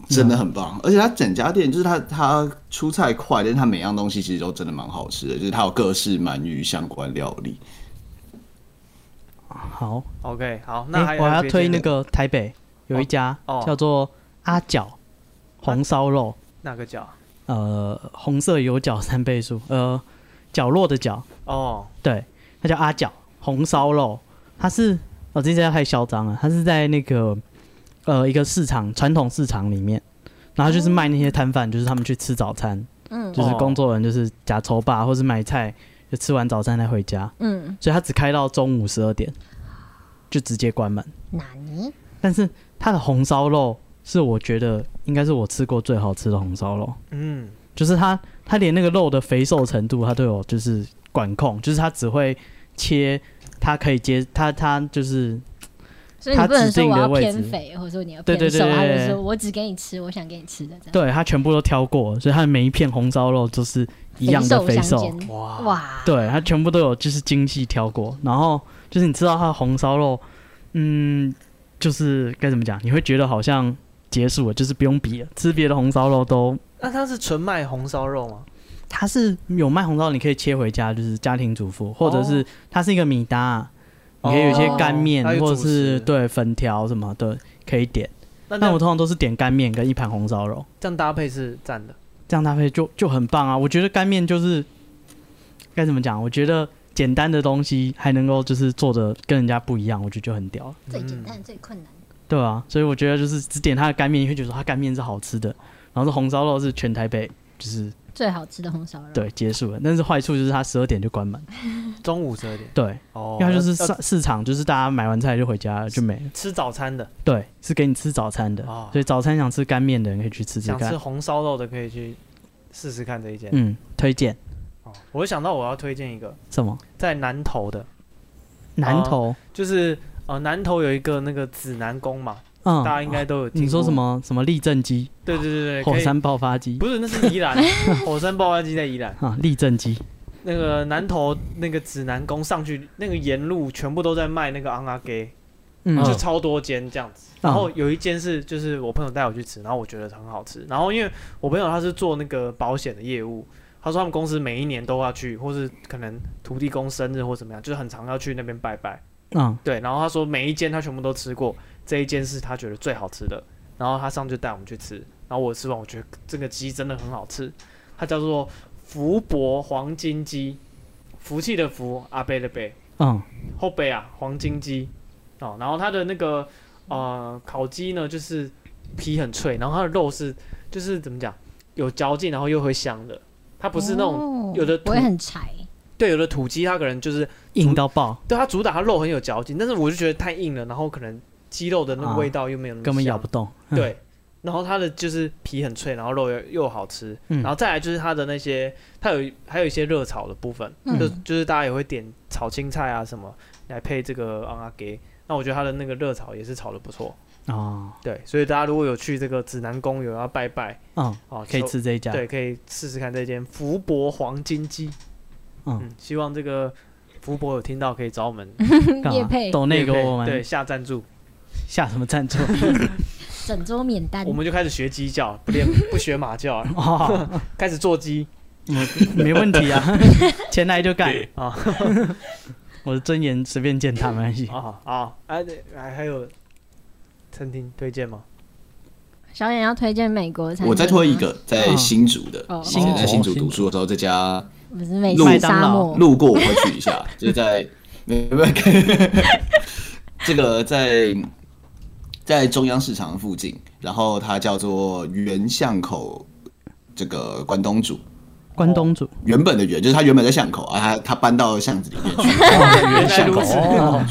真的很棒，而且它整家店就是它它出菜快，但是它每样东西其实都真的蛮好吃的，就是它有各式鳗鱼相关料理。
好，
OK，好，那还
哎，
有
我还要
推
推
荐
那
的
个台北有一家
哦哦
叫做阿角红烧肉，
哪个角？
呃，红色有角三倍数，呃，角落的角，
哦，
对，它叫阿角红烧肉，它是哦，这家太嚣张了，它是在那个呃一个市场传统市场里面，然后就是卖那些摊贩，就是他们去吃早餐，
嗯
就是
哦
工作人就是夹筹霸或是买菜，就吃完早餐再回家，
嗯，
所以它只开到中午十二点，就直接关门。
哪尼？
但是它的红烧肉是我觉得应该是我吃过最好吃的红烧肉，
嗯，
就是它它连那个肉的肥瘦程度它都有就是管控，就是它只会切它可以接它它就是
所以你不能说我
他
要
指定的位置
偏肥，或者说你要
对对对
偏瘦，
对
他
对
就说我只给你吃我想给你吃的这样，
对它全部都挑过，所以它的每一片红烧肉都是一样的肥
肥
瘦，
瘦相间。
哇，
哇，
对它全部都有就是精细挑过，然后就是你吃到它的红烧肉，嗯，就是该怎么讲，你会觉得好像结束了，就是不用比了，吃别的红烧肉都
那它是纯卖红烧肉吗？
它是有卖红烧，你可以切回家，就是家庭主妇，或者是它是一个米搭，你可以有一些干面、
哦还有
或者
主食
是对粉条什么的可以点。
那这
但
样
我通常都是点干面跟一盘红烧肉，
这样搭配是赞的。
这样搭配就就很棒啊！我觉得干面就是该怎么讲？我觉得简单的东西还能够就是做的跟人家不一样，我觉得就很屌了，
最简单最困难。
对啊，所以我觉得就是只点它的干面，你会觉得说它干面是好吃的，然后这红烧肉是全台北
嗯
就是
最好吃的红烧肉，
对结束了，但是坏处就是它十二点就关门，
嗯中午十二点，
对。
哦，
因为它就是
要
市市场，就是大家买完菜就回家了就没了。
吃早餐的，
对，是给你吃早餐的，
哦
所以早餐想吃干面的人可以去吃吃
想吃
看。
红烧肉的可以去试试看这一间。
嗯，推荐
哦，我想到我要推荐一个
什么？
在南投的，
南头，
就是呃南投有一个那个指南宫嘛，哦大家
嗯，
应该都有听过。
你说什？么什么立正机、
对对对对，
火
可以
山爆发机
不是那是宜兰 火山爆发机在宜兰，
啊，立正机
那个南投那个指南宫上去那个沿路全部都在卖那个昂阿给，
嗯，
就
嗯
超多间这样子。然后有一间是就是我朋友带我去吃，然后我觉得很好吃。然后因为我朋友他是做那个保险的业务，他说他们公司每一年都要去，或是可能土地公生日或怎么样，就是很常要去那边拜拜。
嗯，
对，然后他说每一间他全部都吃过，这一间是他觉得最好吃的，然后他上去带我们去吃，然后我吃完我觉得这个鸡真的很好吃，它叫做福伯黄金鸡，福气的福，阿贝的贝，
嗯
后背啊黄金鸡哦，然后它的那个呃烤鸡呢就是皮很脆，然后它的肉是就是怎么讲有嚼劲，然后又会香的，它不是那种
种
有的
不会很柴，
对，有的土鸡它可能就是
硬到爆，
对它主打它肉很有嚼劲，但是我就觉得太硬了，然后可能鸡肉的那个
啊
味道又没有那么
根本咬
香
不嗯动。
对，然后它的就是皮很脆，然后肉又又好吃，
嗯
然后再来就是它的那些，它有还有一些热炒的部分，
嗯
就就是大家也会点炒青菜啊什么来配这个昂阿给。那我觉得它的那个热炒也是炒的不错，
哦，
对，所以大家如果有去这个指南宫有要拜拜
嗯，
哦，
可以
就
吃这一家。
对，可以试试看这间福伯黄金鸡。
嗯
嗯，希望这个福伯有听到可以找我们
干
叶
嘛
配？
抖内
业
给
配
我
对
们
下赞助，
下什么赞助？
整桌免单
我，们就开始学鸡叫，不练不学马叫 了，
哦，
开始做鸡。
没问题 啊，钱来就干
啊
啊！ 我的尊严随便践踏没关系。
啊啊！哎、对还还有餐厅推荐吗？
小野要推荐美国餐。
我再推一，个，在新竹的
哦，
以前在新竹读书的时候，这家
不是美
麦
食
当
沙
劳
漠，
路过我会去一下， 就是在没没没， 这个在在中央市场附近，然后它叫做原巷口这个关东煮。
关东煮
原本的原就是它原本在巷口啊，它它搬到巷子里面去。
原来如此，
哦，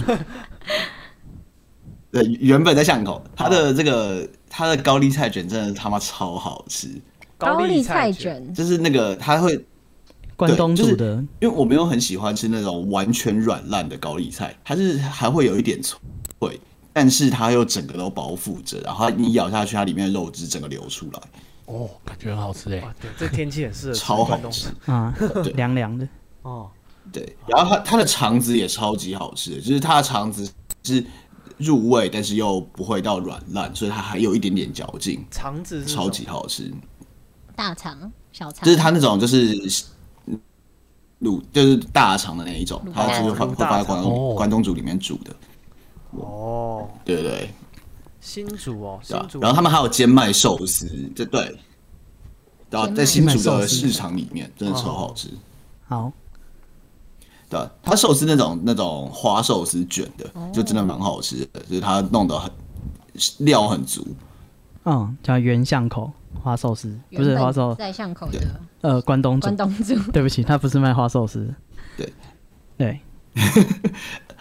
对，呃原本在巷口，它的这个它的高丽菜卷真的他妈超好吃，
高丽
菜
菜，卷，
就是那个它会
关东煮的
因为我没有很喜欢吃那种完全软烂的高丽菜，它是还会有一点脆，但是它又整个都包覆着，然后你咬下去，它里面的肉汁整个流出来，
哦，感觉很好吃哎
哇，对，这天气很适合吃
超
关东
好
煮
吃。
啊，
对
凉凉的，
哦。
对，然后它它的肠子也超级好吃，就是它的肠子是入味，但是又不会到软烂，所以它还有一点点嚼劲，
肠子是什么
超级好吃。
大肠、小肠，
就是
嗯
它那种就是卤就是大肠的那一种
卤，
它就是
大肠
放会放在关
哦
东关东煮里面煮的，
哦，
对对对。
新竹哦，
对
新
吧
竹。？
然后他们还有煎麦寿司，这对，然后在新竹的市场里面真的
哦
超好吃，
好，
对吧？它寿司那种那种花寿司卷的，
哦
就真的蛮好吃的，就是它弄得很料很足，
嗯，叫原巷口花寿司，不
原
是
本
花寿，
在巷口的
对
呃，关东煮
关。东煮，
对不起，他不是卖花寿司。
对
对，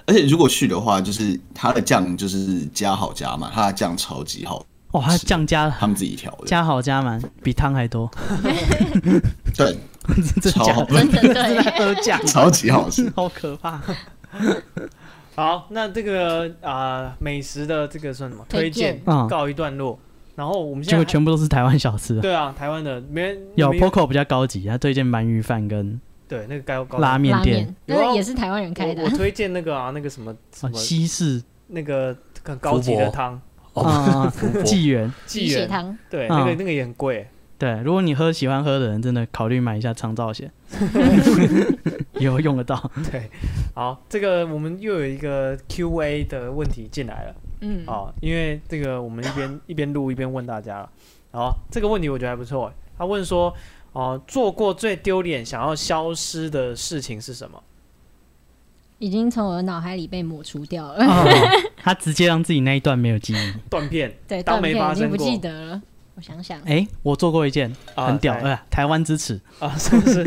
而且如果去的话，就是它的酱就是加好加满，它的酱超级好，
哦，他酱加
他们自己调的，
加好加满，比汤还多，
对，
真
超
假
好
的？
真的对。
喝酱，
超级好吃。
好可 怕。
好，那这个啊、呃美食的这个算什么推
推荐
荐
嗯
告一段落。然后我们
结
现
果
在
全部都是台湾小吃啊。
对啊，台湾的没人
有
没人
Poco 比较高级，他推荐鳗鱼饭跟
对那个高高
拉面
拉
店
面，，
有
那
啊
个也是台湾人开的
我我。推荐那个啊，那个什么什
哦，
么
西式
那个很高级的
福伯
汤，
啊，
伯
纪元。
纪
血
元
汤，
对，
嗯
那个那个也很贵，
对，如果你喝喜欢喝的人，真的考虑买一下长 照险，以后用得到。
对，好，这个我们又有一个 Q&A 的问题进来了
嗯，
啊、因为这个我们一 边一边录一边问大家了。好，这个问题我觉得还不错欸，他问说，哦、做过最丢脸、想要消失的事情是什么？
已经从我的脑海里被抹除掉 了。
哦 他直接让自己那一段没有记忆。
断片
对，
当
断
没
片
发
已经
生
不
过
记得了。我想想，
哎，我做过一件
啊
很屌，
对
呃，台湾之耻，
啊，是不 是？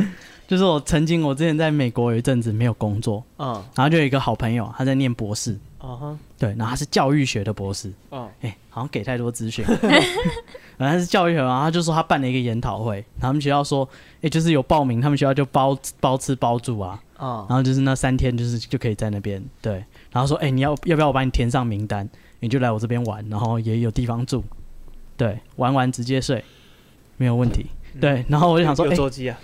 就是我曾经我之前在美国有一阵子没有工作，
嗯，
然后就有一个好朋友，他在念博士，
啊哈，
对，然后他是教育学的博士，
嗯，
哎、好像给太多资 讯。然后他是教育学嘛，他就说他办了一个研讨会，然后他们学校说，哎、就是有报名，他们学校就包包吃包住啊，
啊，
然后就是那三天就是就可以在那边对，然后说，哎、你要要不要我帮你填上名单？你就来我这边玩，然后也有地方住，对，玩完直接睡，没有问题。对，然后我就想说，
有
哎、
座机啊，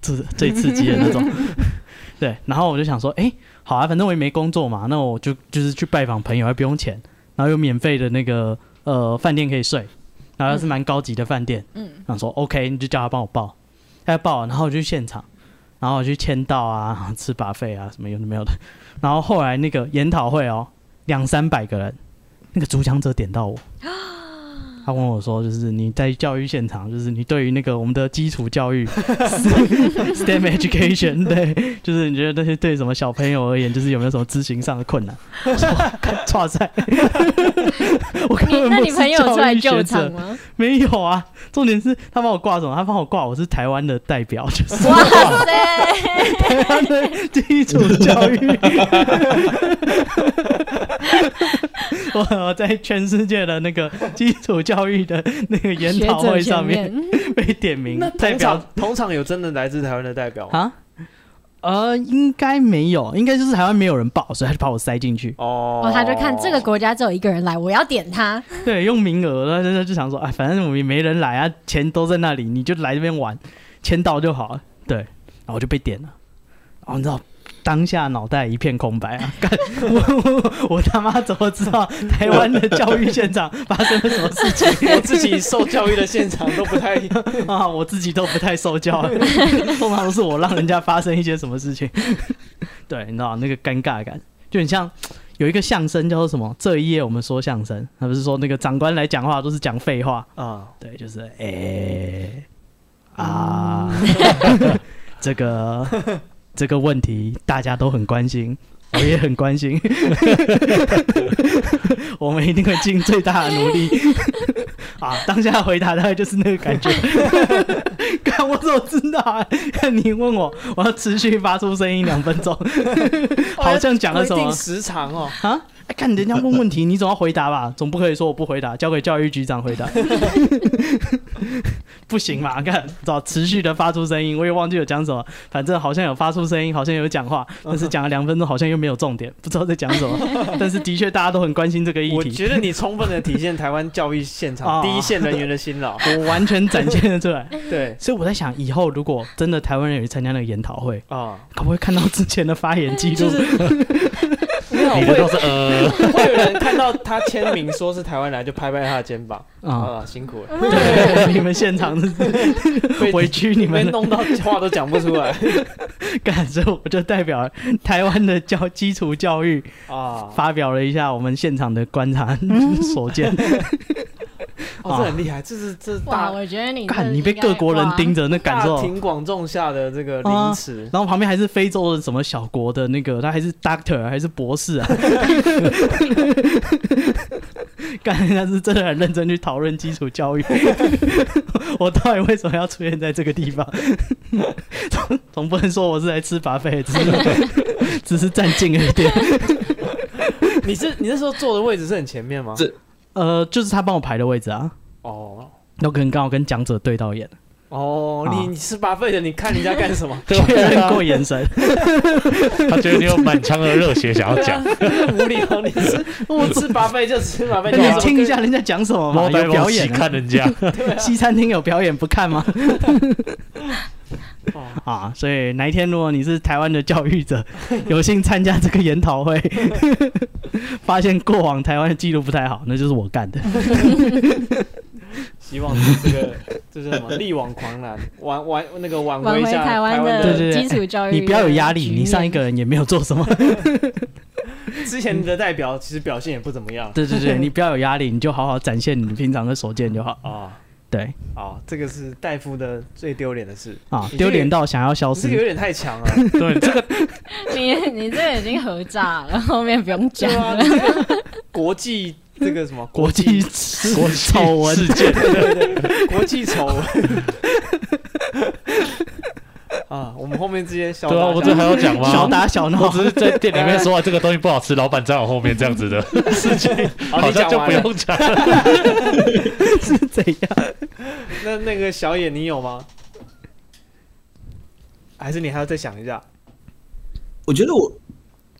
最最刺激的那种。 对，然后我就想说，哎、好啊，反正我也没工作嘛，那我就就是去拜访朋友，还不用钱，然后有免费的那个呃饭店可以睡，然后还是蛮高级的饭店，
嗯，
想说 OK，你就叫他帮我报，他就报了，然后我就去现场，然后我去签到啊，然后吃把费啊，什么有的没有的，然后后来那个研讨会哦，两三百个人，那个主讲者点到我，他问我说，就是你在教育现场，就是你对于那个我们的基础教 育 STEM education，对，就是你觉得那些对什么小朋友而言，就是有没有什么执行上的困难？ 我说干哇塞， 我根
你
本
那
不
你
是
朋友
教
出来
育学
救
者
场 吗？
没有啊，重点是他帮我挂什么？他帮我挂我是台湾的代表， 就是
哇 塞！
台湾的基础教育。 我我在全世界的那个基础教育的那个研
学
讨
者
会上
前
面
面，
被点名
那，
代
同
表
场同场有真的来自台湾的代表吗？
啊，呃，应该没有，应该就是台湾没有人报，所以他就把我塞进去。
哦
哦，他就看这个国家只有一个人来，我要点他。
对，用名额，他他就想说，哎，反正我们也没人来啊，钱都在那里，你就来这边玩，签到就好了。对，然后我就被点了，然后你知道。当下脑袋一片空白啊！ 干我我我他妈怎么知道台湾的教育现场发生了什么事 情？
我自己受教育的现场都不太，
啊，我自己都不太受教了， 通常都是我让人家发生一些什么事情。 对，你知道那个尴尬感，就很像有一个相声叫做什么？这一页我们说相声，他不是说那个长官来讲话都是讲废话，
啊，
对，就是哎、啊， 这个这个问题大家都很关心。我也很关心， 我们一定会尽最大的努力啊！当下回答大概就是那个感觉。 看我怎么知道啊？ 看你问我，我要持续发出声音两分钟，好像讲了什
规
么
定时长哦，
啊？哎看人家问问题，你总要回答吧，总不可以说我不回答，交给教育局长回答， 不行嘛？看，找持续的发出声音，我也忘记有讲什么，反正好像有发出声音，好像有讲
嗯
话，但是讲了两分钟，好像又没有重点，不知道在讲 什么。但是的确大家都很关心这个议
我
题，
觉得你充分的体现台湾教育现
哦
场第一线人员的辛 劳。
我完全展现了出来。
对
所以我在想，以后如果真的台湾人有去参加那个研讨会，
啊，
可不可以看到之前的发言记录？
没有
你的都
会
是呃，？
会有人看到他签名说是台湾来，就拍拍他的肩膀
啊，
啊，辛苦了，
对， 你们现场是
被
委屈你们
被
了。
弄到话都讲不出 来
干，所以我就代表台湾的教基础教育
啊，
发表了一下我们现场的观察 所见。
哦，这很厉害，这是这是
哇，
大
我觉得你
看你被各国人盯
着，
着，那 感
大
受。
庭广众下的这个
啊
凌迟，
然后旁边还是非洲的什么小国的那个，他还是 doctor 还是博士啊， 干人家是真的很认真去讨论基础教育， 我到底为什么要出现在这个地方？ 总总不能说我是来吃巴菲，只是 只是占尽了一点。
你是你那时候坐的位置是很前面吗？
这
呃，就是他帮我排的位置啊，
哦
那我可能刚好跟讲者对到眼，
哦，
啊
你你是巴菲的，你看人家干什 么
确认过眼神，
他觉得你有满腔的热血想要 讲，
无聊，你吃我吃巴菲就吃巴菲，
那 你听一下人家讲什么嘛？
猫呆
有
猫
表
西
演啊、
看人家，
西餐厅有表演不 看吗？
哦
啊，所以哪一天如果你是台湾的教育 者，有幸参加这个研讨会， 发现过往台湾的记录不太好，那就是我干的。
希望这个这是什么力挽狂澜，挽挽那个挽
挽
回一
回
下
台湾
的。
对对
的
对
基础
啊
教育，
你不要有压力，你上一个。人也没有做什 么。
之前的代表其实表现也不怎么样
对对对，你不要有压力，你就好好展现你平常的所见就好。
啊
对
啊，这个是戴夫的最丢脸的事
啊，丢脸
到
到想要消
这个有
失。
点太强了，
对这个
你你这个已经合炸了， 后面不用讲
对啊
了。，
国际这个什么
国际国际丑闻
事件，
对对对，国际丑闻。 啊，我们后面这些小
对啊，
打
我
小
这还要讲
小
吗？
打小闹
我，只是在店里面说啊，这个东西不好吃，老板在我后面这样 子的事情，
好
好
你
像
讲
就
完
不
了
用哦讲了。
是怎样？
那那个小野，你有吗？还是你还要再想一下？
我觉得我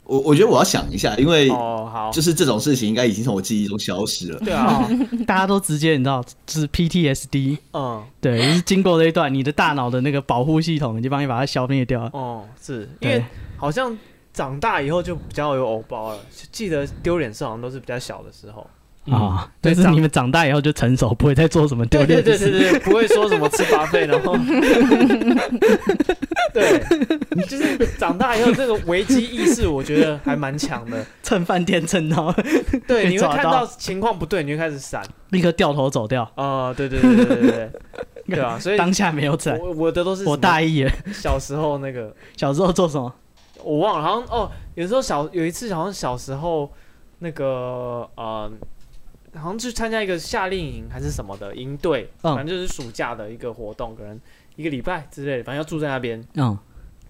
我我觉得我要想一下，因为
哦，好
就，是这种事情应该已经从我记忆中消失了。
对 啊，
大家都直接你知道，就是 PTSD。
嗯，
对，就是经过这一段，你的大脑的那个保护系统已经帮你把它消灭掉了。
哦，是因
对
为好像长大以后就比较有偶包了，记得丢脸事好像都是比较小的时候。
啊。
嗯对
但是
长
你们长大以后就成熟，不会再做什么丢
对对对
脸的事。
对对，不会说什么吃巴费，然 后，对，就是长大以后这个危机意识，我觉得还蛮强的。
蹭饭店蹭到
对，
被
你会
抓
看
到
到情况不对，你就开始闪。
立刻掉头走掉，
哦，对对对对对对对，对 啊，所以
当下没有 踩。
我我的都是
我大一耶，
小时候那个，
小时候做什么？
我忘了，好像哦，有时候小有一次好像小时候那个呃，好像去参加一个夏令营还是什么的营队，
嗯
反正就是暑假的一个活动，可能一个礼拜之类的，反正要住在那边，
嗯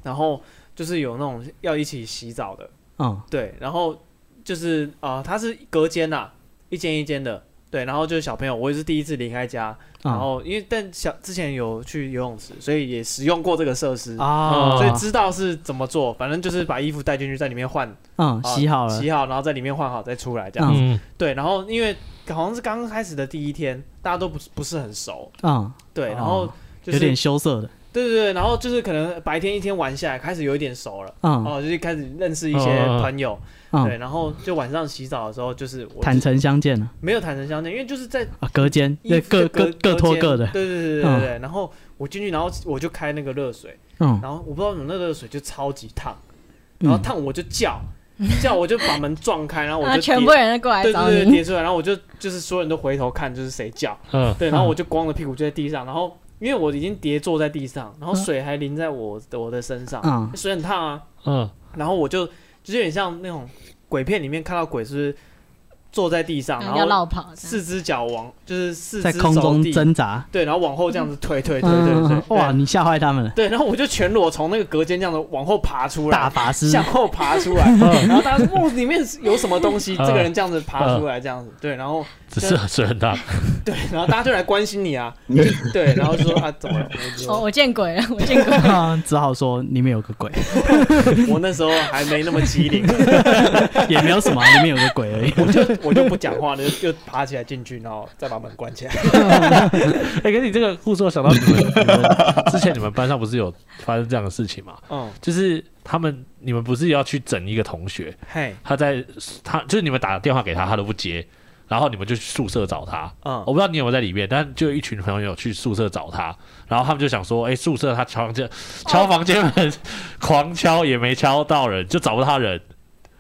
然后就是有那种要一起洗澡的，
嗯
对，然后就是啊，呃它是隔间呐、一间一间的，对，然后就是小朋友，我也是第一次离开家，然
嗯
后因为但小之前有去游泳池，所以也使用过这个设施。
啊，
所以知道是怎么做，反正就是把衣服带进去，在里面换，
嗯
啊
洗好了，
洗好，然后在里面换好再出来这样。
嗯，
对，然后因为好像是刚开始的第一天，大家都不是不是很熟，
嗯
对，
哦
然后就
有
是、
点羞涩的，
对对对，然后就是可能白天一天玩下来，开始有一点熟了，
嗯哦
哦，就是开始认识一些
嗯嗯嗯
朋友，对，
嗯，
然后就晚上洗澡的时候，就是我
坦诚相见了
没有坦诚相见，因为就是在
啊，隔间，
衣服
对，各
隔
各各
隔
脱
间
各的，
对对对对对对，然后我进去，然后我就开那个热水，
嗯，
然后我不知道怎么那个热水就超级烫，
嗯
然后烫我就叫。叫我就把门撞开，然后我
然
就
后啊全
跌
部人都过来
对
找
对对，
你，
跌出来，然后我就就是所有人都回头看，就是谁叫，
嗯，
对，然后
嗯
我就光着屁股就在地上，然后因为我已经跌坐在地上，然后水还淋在我的我的身上，
嗯
水很烫啊，
嗯，
然后我就就是有点像那种鬼片里面看到鬼是不是坐在地上，
然
然
嗯后要
后
绕跑这样。
四只脚往就是四
在
肢
空中
着地，
挣扎，
对，然后往后这样子推推推
嗯
推推，对
哇，，你吓坏他们了，
对，然后我就全裸从那个隔间这样子往后爬出来，
大法师，
向后爬出来，然后大家说哦里面有什么东西，
嗯
这个人这样子爬出来这样子，对，然后。
只是很水很大，
对，然后大家就来关心你啊，就对，然后就说啊，怎么了？我就
哦，我见鬼了， 我见鬼了！
嗯 只好说里面有个 鬼，
我那时候还没那么机灵，
也没有什么，啊里面有个鬼 而已。
我就我就不讲话了，就就爬起来进去，然后再把门关起来。
哎、可是你这个故事，我想到你们，你们之前你们班上不是有发生这样的事情吗？
嗯，
就是他们，你们不是要去整一个同学，
嘿，
他在他就是你们打电话给他，他都不接，然后你们就去宿舍找他。
嗯
我不知道你有没有在里面，但就有一群朋友去宿舍找他，然后他们就想说，哎、宿舍他敲房间敲房间门，狂敲也没敲到人，就找不到人。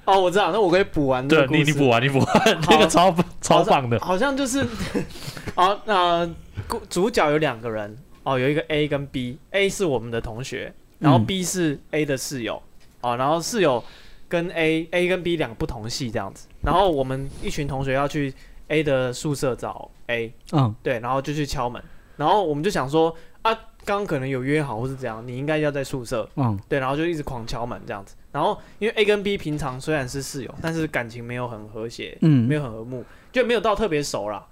哦，我知道，那我可以补完这
对
个故
你，
事。
你补完，你补完，那个超超棒 的。
好像就是， 哦，那故主角有两个人，哦，有一个 A 跟 B，A 是我们的同学，然后
嗯
B 是 A 的室友，哦，然后室友跟 A、A 跟 B 两个不同系这样子，然后我们一群同学要去 A 的宿舍找 A，
嗯
对，然后就去敲门，然后我们就想说啊，刚刚可能有约好或是怎样，你应该要在宿舍，
嗯
对，然后就一直狂敲门这样子，然后因为 A 跟 B 平常虽然是室友，但是感情没有很和谐，没
嗯
有很和睦，就没有到特别熟啦。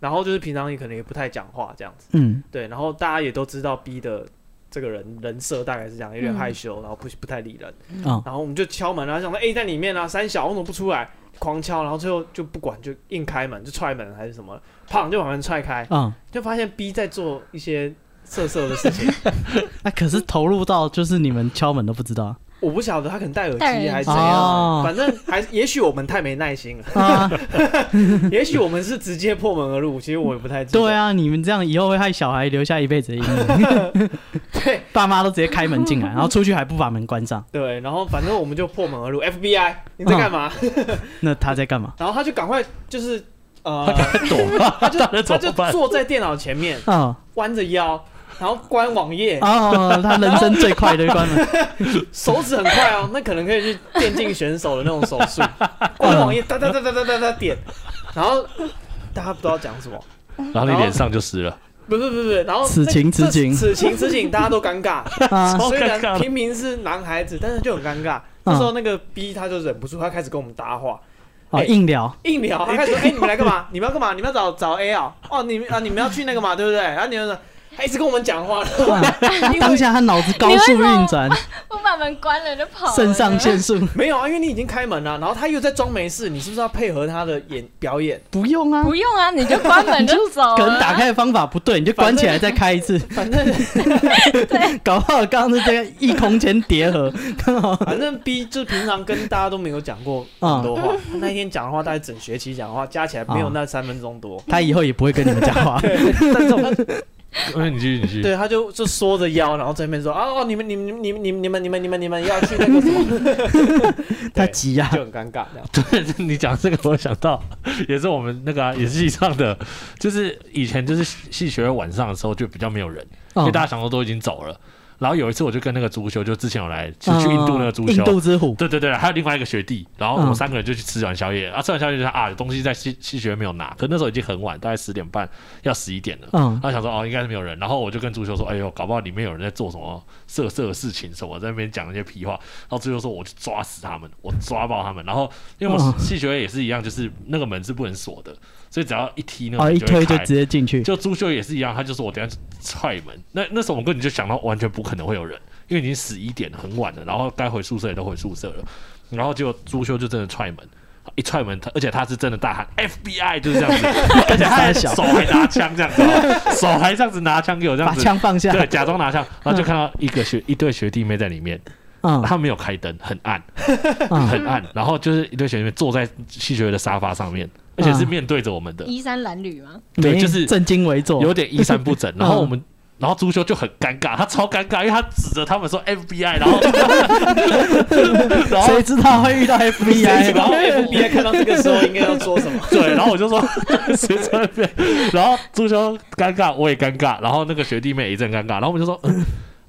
然后就是平常也可能也不太讲话这样子，
嗯
对。然后大家也都知道 B 的这个人人设大概是这样，有点
嗯
害羞，然后不不太理人。
嗯
然后我们就敲门，然后想说 A 在里面啊，三小为什么不出来？狂敲，然后最后就不管，就硬开门，就踹门还是什么，砰就把门踹开，
嗯，
就发现 B 在做一些色色的事情。
那哎可是投入到就是你们敲门都不知道
我不晓得他可能戴耳
戴
机
耳
还是
机
怎样，
哦
反正还也许我们太没耐心了，
啊，
也许我们是直接破门而入，其实我也不太记得。
对啊，你们这样以后会害小孩留下一辈子的阴影。
对，
爸妈都直接开门 进来，然后出去还不把门关上，
对，然后反正我们就破门而入，FBI 你在干嘛？
那他在干嘛？
然后他就赶快就是呃，
躲吧，
他就
到底
他
怎
就
么办？
坐在电脑前面
哦
弯着腰，然后关网 页，
哦，他人生最快的关 门，
手指很快哦，那可能可以去电竞选手的那种手速，关网页哒哒哒哒哒哒哒点，然后大家不知道讲什么。
然后你脸上就湿了，
不是不是不是，然后
此
那
情
这
此景
此情此景，大家都尴尬。
啊
超
虽
尴
然
尬的。
平平是男孩子，但是就很尴尬。那时候那个 B 他就忍不住，他开始跟我们搭话，
哦，
哎
硬聊，
硬哎 啊聊，他开始说：“哎、你们来干嘛？你们要干嘛？你们要找找 A 啊、哦，你们啊，你们要去那个嘛，对不对？”然后你们说：“ 还一直跟我们讲话，
啊当下他脑子高速运转，
我把门关了就跑了
肾上腺素
没有啊，因为你已经开门了，然后他又在装没事，你是不是要配合他的演表演？
不用啊，
不用啊，你就关门 就走了。
可能打开的方法不对，你就关起来再开一次，
反正
搞不好刚刚是这样异空间叠合，刚好
反正 B 就是平常跟大家都没有讲过很多话， 那一天讲的话大概整学期讲的话加起来没有那三分钟 多。
他以后也不会跟你们讲 话。
对，但是我
嗯，你继续，你继续。
对，他就就缩着腰，然后在那边说：“啊哦，你们你们你们你们你们你们你们你们要去那个什么？”
他
对
急啊呀、
就很尴尬这样。
你讲这个，我想到也是我们那个、啊、也是系上的，就是以前就是系系学会晚上的时候就比较没有人，
哦
因为大家想说都已经走了。然后有一次我就跟那个足球，就之前有来去去嗯印度那个足
哦印
球，
度之虎，
对对对，还有另外一个学弟，然后我
嗯
们三个人就去吃完宵夜，啊，吃完宵夜就想啊，有东西在系系学没有拿，可那时候已经很晚，大概十点半要十一点了。
嗯
他想说哦，应该是没有人，然后我就跟足球说，哎呦，搞不好里面有人在做什么色色的事情什么，在那边讲一些屁话。然后足球说，我去抓死他们，我抓爆他们。然后因为我
嗯
们系学会也是一样，就是那个门是不能锁的，所以只要一踢那个
哦，
门
一
会
推就
开
直接进去，
就朱秀也是一样，他就说我等一下踹门。那那时候我们根本就想到完全不可能会有人，因为已经十一点了很晚了，然后该回宿舍也都回宿舍了，然后结果朱秀就真的踹门。啊一踹门，他而且他是真的大喊 FBI 就是这样子，而且他还手还拿枪这样子哦，手还这样子拿枪给我这
把
样子，
枪放下，
对，假装拿枪，然后就看到一个学一对学弟妹在里面，
嗯
他没有开灯，很暗，
嗯，
很暗，然后就是一对学弟妹坐在系学会的沙发上面，而且是
嗯
面对着我们的，
衣衫褴褛吗？
对
没
就是
正襟危坐，
有点衣衫不整。然后
哦嗯
我们，然后朱修就很尴尬，他超尴尬，因为他指着他们说 FBI，然后 然后
谁知道会 遇到 FBI？
然后 FBI 看到这个时候应该要说什么？
对，然后我就说 谁在那边，然后朱修尴尬，我也尴尬，然后那个学弟妹也一阵尴尬，然后我们就说。 嗯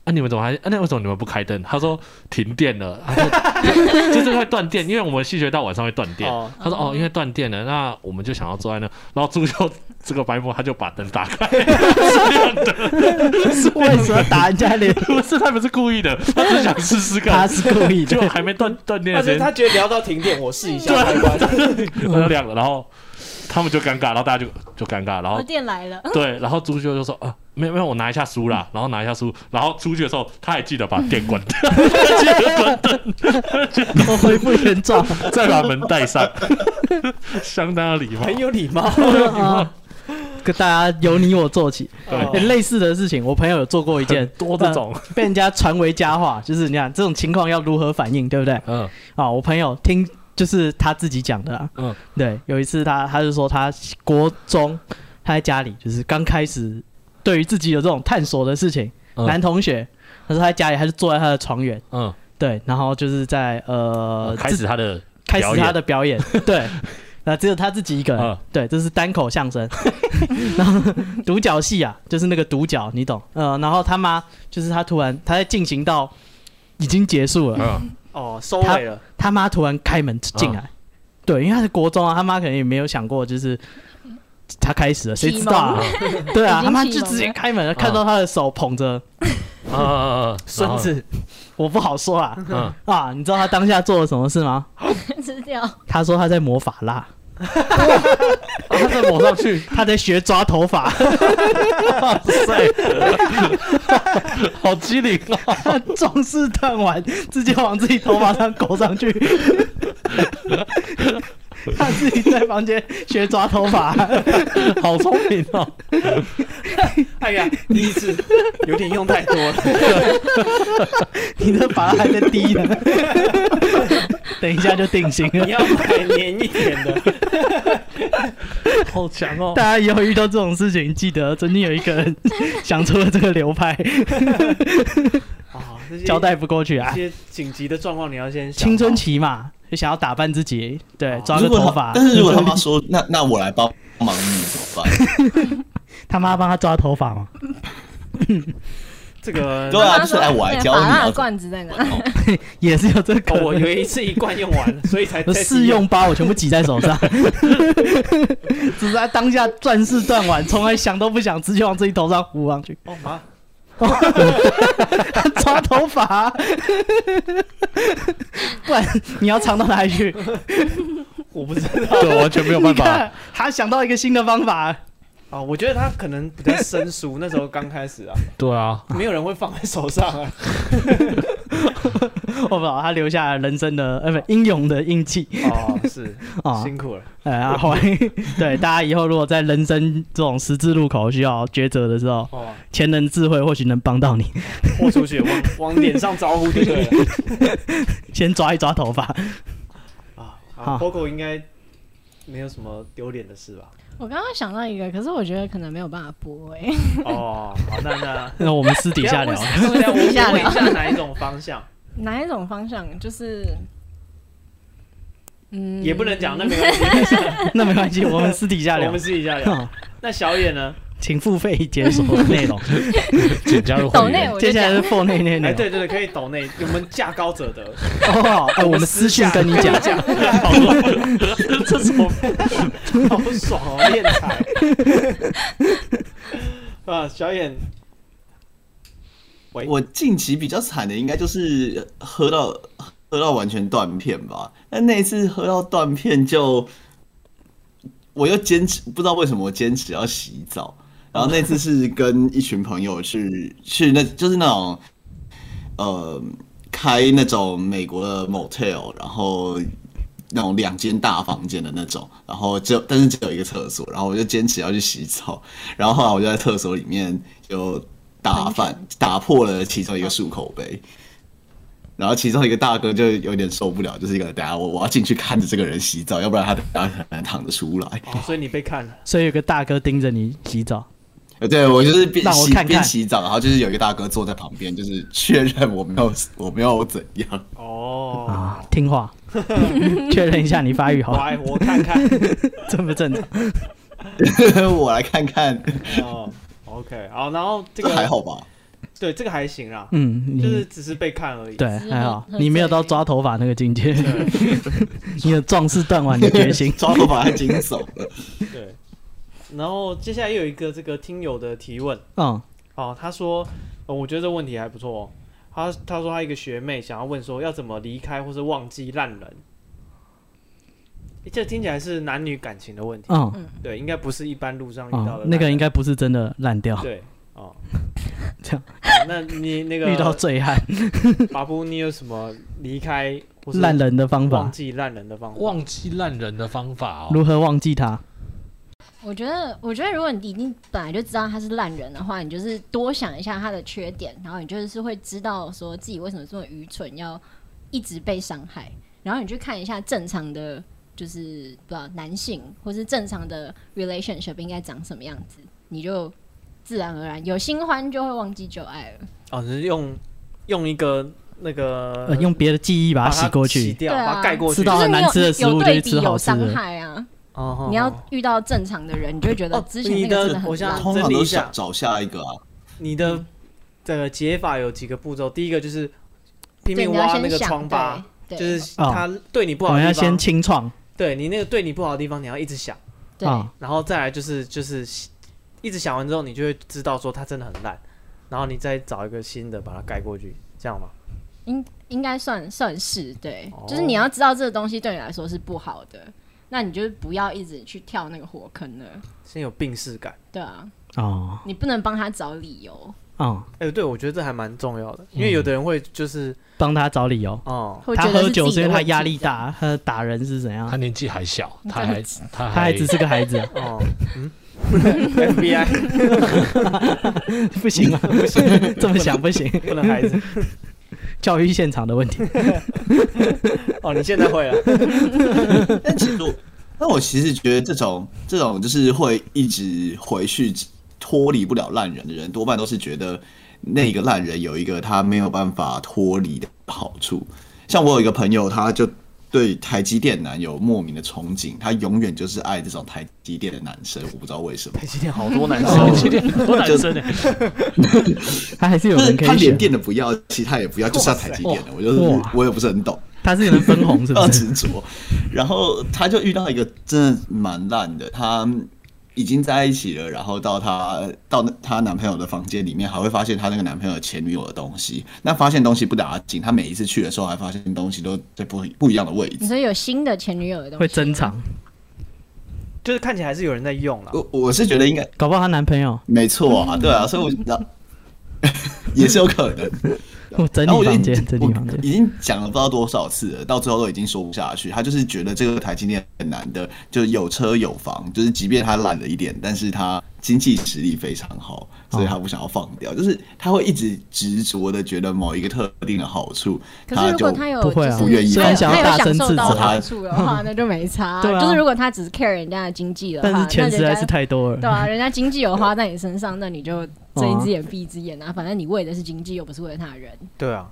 啊！你们怎么还？啊，那为什么你们不开灯？他说停电了，他说 就是会断电，因为我们戏学到晚上会断电。
哦
他说哦，因为断电了，那我们就想要坐在那。然后朱修这个白目，他就把灯打开，
为什么打人 家脸？
不是他们是故意的，他只是想试试
他
看，
是故意
就啊
的，
还没断断电
但
的时
是
间，
他觉得聊到停电，我试一下开关。
我就亮了，然后他们就尴尬，然后大家就就尴尬，然
我
后
店来了，
对，然后朱修就说啊，没有没有，我拿一下书啦，然后拿一下书，然后出去的时候他还记得把电关 掉，记得关
我恢复原 状。
再把门带上， 相当的礼貌
很。有礼貌。
啊跟大家由你我做起、
哦
欸类似的事情，我朋友有做过一件
很多这种，
被人家传为佳话，就是你看这种情况要如何反应，对不对？
嗯
啊，我朋友听就是他自己讲的、啊，
嗯
对，有一次他他就说他国中他在家里就是刚开始对于自己有这种探索的事情，
嗯
男同学，他说他在家里他就坐在他的床缘，
嗯，
对，然后就是在呃
哦开
自
始他的
开始
表
他
演
的表演， 对，那只有他自己一个人，
嗯
对，这是单口相 声，然后独角戏啊，就是那个独角，你懂，呃，然后他妈就是他突然他在进行到已经结束了，
嗯
哦，收尾了，
他妈突然开门进来，对，因为他是国中啊，他妈可能也没有想过就是。他开始了，谁知道啊？ 对啊，
已经启蒙了
他妈就直接开门了，看到他的手捧着
啊
孙，子，我不好说啊
嗯
啊！你知道他当下做了什么事吗？
吃掉。
他说他在抹法蜡。
哦他再抹上去，
他在学抓头发，
哇塞， 好机灵哦，
他壮士断腕，直接往自己头发上勾上 去。他自己在房间学抓头发，
好聪明哦，
哎呀，第一次有点用太多 了。
你的发还在滴呢。 等一下就定型了
你。要买黏一点的，
好强哦
大。家以后遇到这种事情，记得曾经有一个人 想出了这个流派，
啊，这些
交代不过去啊
一。些紧急的状况，你要先想好
青春。期嘛，就想要打扮自己，对
哦，
抓个
如果
头
他
发。
但是如果他妈说那那我来帮忙你怎么办？
他妈帮他抓头发嘛，
这 个
对啊，
他
就是
说
哎 我来
那
教
法
你
拉
要
的
怎么
罐子在 哪？
弄。
也是有这
哦
个。
我有一次一罐用 完了，所以才
那
在
试用包我全部挤在手 上，只是在当下钻石断腕，从来想都不想，直接往自己头上糊上去，
哦妈，
抓头发， 不然你要藏到哪里去？
我不知道，
对，完全没有办
你
法
看，他想到一个新的方法，
啊、我觉得他可能比较生疏，那时候刚开始啊，
对啊，
没有人会放在手上啊。
哦我不知道他留下人生的呃不英勇的印记
哦，是
啊，
辛苦了。
呃阿欢迎 对大家以后如果在人生这种十字路口需要抉择的时候，
哦，
前人智慧或许能帮到你，
豁出去，往往脸上招呼就对了。
先抓一抓头发。
啊，好
好
，Poco 应该没有什么丢脸的事吧？
我刚刚想到一个，可是我觉得可能没有办法播哎、
哦，好，那那
那 我们私 底下聊，
等一下我
底下
问
聊
一下哪一种方 向，
哪一种方向？就是，嗯，
也不能讲，那没 关系，
那没关系，我们私底下
我
聊
们。私底下聊。
啊
那小野呢？
请付费解锁内 容，
请加入
抖
会
内
啊
员。
我就
接下来
讲
是付内内内
哎，
容。
对对对，可以抖内，我们价高者得。
哦，哎我们私信跟你讲，
讲，这什么？哦好爽哦，练财。啊，小野，喂，
我近期比较惨的应该就是喝到喝到完全断片吧，但那一次喝到断片就，我又坚持不知道为什么我坚持要洗澡，然后那次是跟一群朋友去 去那就是那种呃开那种美国的 motel，然后那种两间大房间的那种，然后只有但是只有一个厕所，然后我就坚持要去洗澡，然后后来我就在厕所里面就打翻打破了其中一个漱口杯。然后其中一个大哥就有点受不了，就是一个等下我我要进去看着这个人洗澡，要不然他等下很难躺得出来。
哦所以你被看了，
所以有个大哥盯着你洗 澡，
呃，对我就是边
让我
洗
看看
边洗澡，然后就是有一个大哥坐在旁边，就是确认我没有 我没有怎样。
哦，
啊，听话，确认一下你发育好，
来，我看看。
正不正常？
我来看看，
哦，OK，好，然后这
这
个
个还，好吧？。
对，这个还行啦，
嗯，
就是
你
只是被看而已。
对
只是
还 好，
喝
你没有到
醉
抓头发那个境界， 你有壮士断腕的决 心
抓头把他惊走了。
对。然后接下来又有一个这个听友的提问，
嗯，
哦，他说，呃我觉得这问题还不错哦。他他说他一个学妹想要问说要怎么离开或是忘记烂人，诶这听起来是男女感情的问题，
嗯
对，应该不是一般路上遇到
嗯
的，
那个应
该
该不是真的烂掉，
对 哦，
这样
好。那你那个
遇到醉汉
巴布，你有什么离开或是
烂人的方
忘
法，
记烂人的方法？
忘记烂人的方法哦，
如何忘记他？
我觉得，我觉得如果你已经本来就知道他是烂人的话，你就是多想一下他的缺点，然后你就是会知道说自己为什么这么愚蠢，要一直被伤害。然后你去看一下正常的，就是不知道男性或是正常的 relationship 应该长什么样子，你就自然而然有新欢就会忘记旧爱了。
哦，你是用用一个那个
呃，用别的记忆把它洗过
洗
去，
掉，
对啊
把它盖过去。
知道
就是你
难吃的食
有
物
有
就去
对
吃
比
好
有
吃的
伤害啊！
哦
嗯
哦
你要
哦
遇到正常的人，你就会觉得
哦
之前
你
那个
的
真的
我
很
现在
烂。
通常
整理
都
一
是
下
找下一个啊，
你的的解法有几个步骤，第一个就是拼
对，
命
你要
挖那
先
个
想
疮疤，，
对，
就
对
是他对你不
我
好的
们
地
哦要
方，
先清创
对你那个对你不好的地方，你要一直想，
对
啊，
然后再来就是就是一直想完之后，你就会知道说他真的很烂，然后你再找一个新的把它盖过去，这样吗？
应应该算算是对，
哦
就是你要知道这个东西对你来说是不好的，那你就是不要一直去跳那个火坑了。
先有病逝感。
对啊，
哦
你不能帮他找理由，
哦，
哎、对，我觉得这还蛮重要的，因
嗯
为有的人会就是
帮他找理由。
哦、
会
他
觉得
喝
是自
酒
己
是
的
因为他
问题啊
压力
这样。
大，他打人是怎样
他？年纪还小，他
这
还
样子
他
他还
还
只是个 孩子啊，
哦，嗯，FBI
不行啊，不行， 这么想不行，
不能孩子
教育现场 的问题。
哦，你现在会了。
但其 实我，但我其实觉得这种这种就是会一直回去脱离不了烂人的人，多半都是觉得那个烂人有一个他没有办法脱离的好处。像我有一个朋友，他就对台积电男有莫名的憧憬，他永远就是爱这种台积电的男生，我不知道为什么。
台积电好多男
哦
生，
今天很多男 生呢，
他还是有
就是
人可
他
以
连
选，啊
电的不要，其他也不要，就是要台积电的。我就是
哇
我也不是很懂，
他是有人分红是
要
哦
不是？
执着。然后他就遇到一个真的蛮烂的，他已经在一起了，然后到她到她男朋友的房间里面，还会发现她那个男朋友前女友的东西。那发现东西不打紧，她每一次去的时候还发现东西都在不不一样的位置
你。说有新的前女友的东西，
会珍藏，
就是看起来还是有人在用了。
我我是觉得应该
搞不好她男朋友，
没错啊，对啊，所以我那 也是有可能。
啊我整
然后我
理
就
房
已
间，整理房
我
间。
已经讲了不知道多少次了，到最后都已经说不下去。他就是觉得这个台积电很难的，就是有车有房，就是即便他懒了一点，但是他经济实力非常好，所
哦
以他不想要放掉。就是他会一直执着的觉得某一个特定的好处，
可是如
就
果他有
不会啊
就是
不愿意
他
虽
有
然想要
他有
大声
享受到
斥责
好处的话，那就没 差。
对啊
就是如果他只是 care 人家的经济的话，
但是钱实
那
在
人家
是太 多
对
了，
啊，人家经济有花在你身上，那你就睁一
哦啊
只眼闭一只眼啊。反正你为的是经济，又不是为了 他人。
对啊，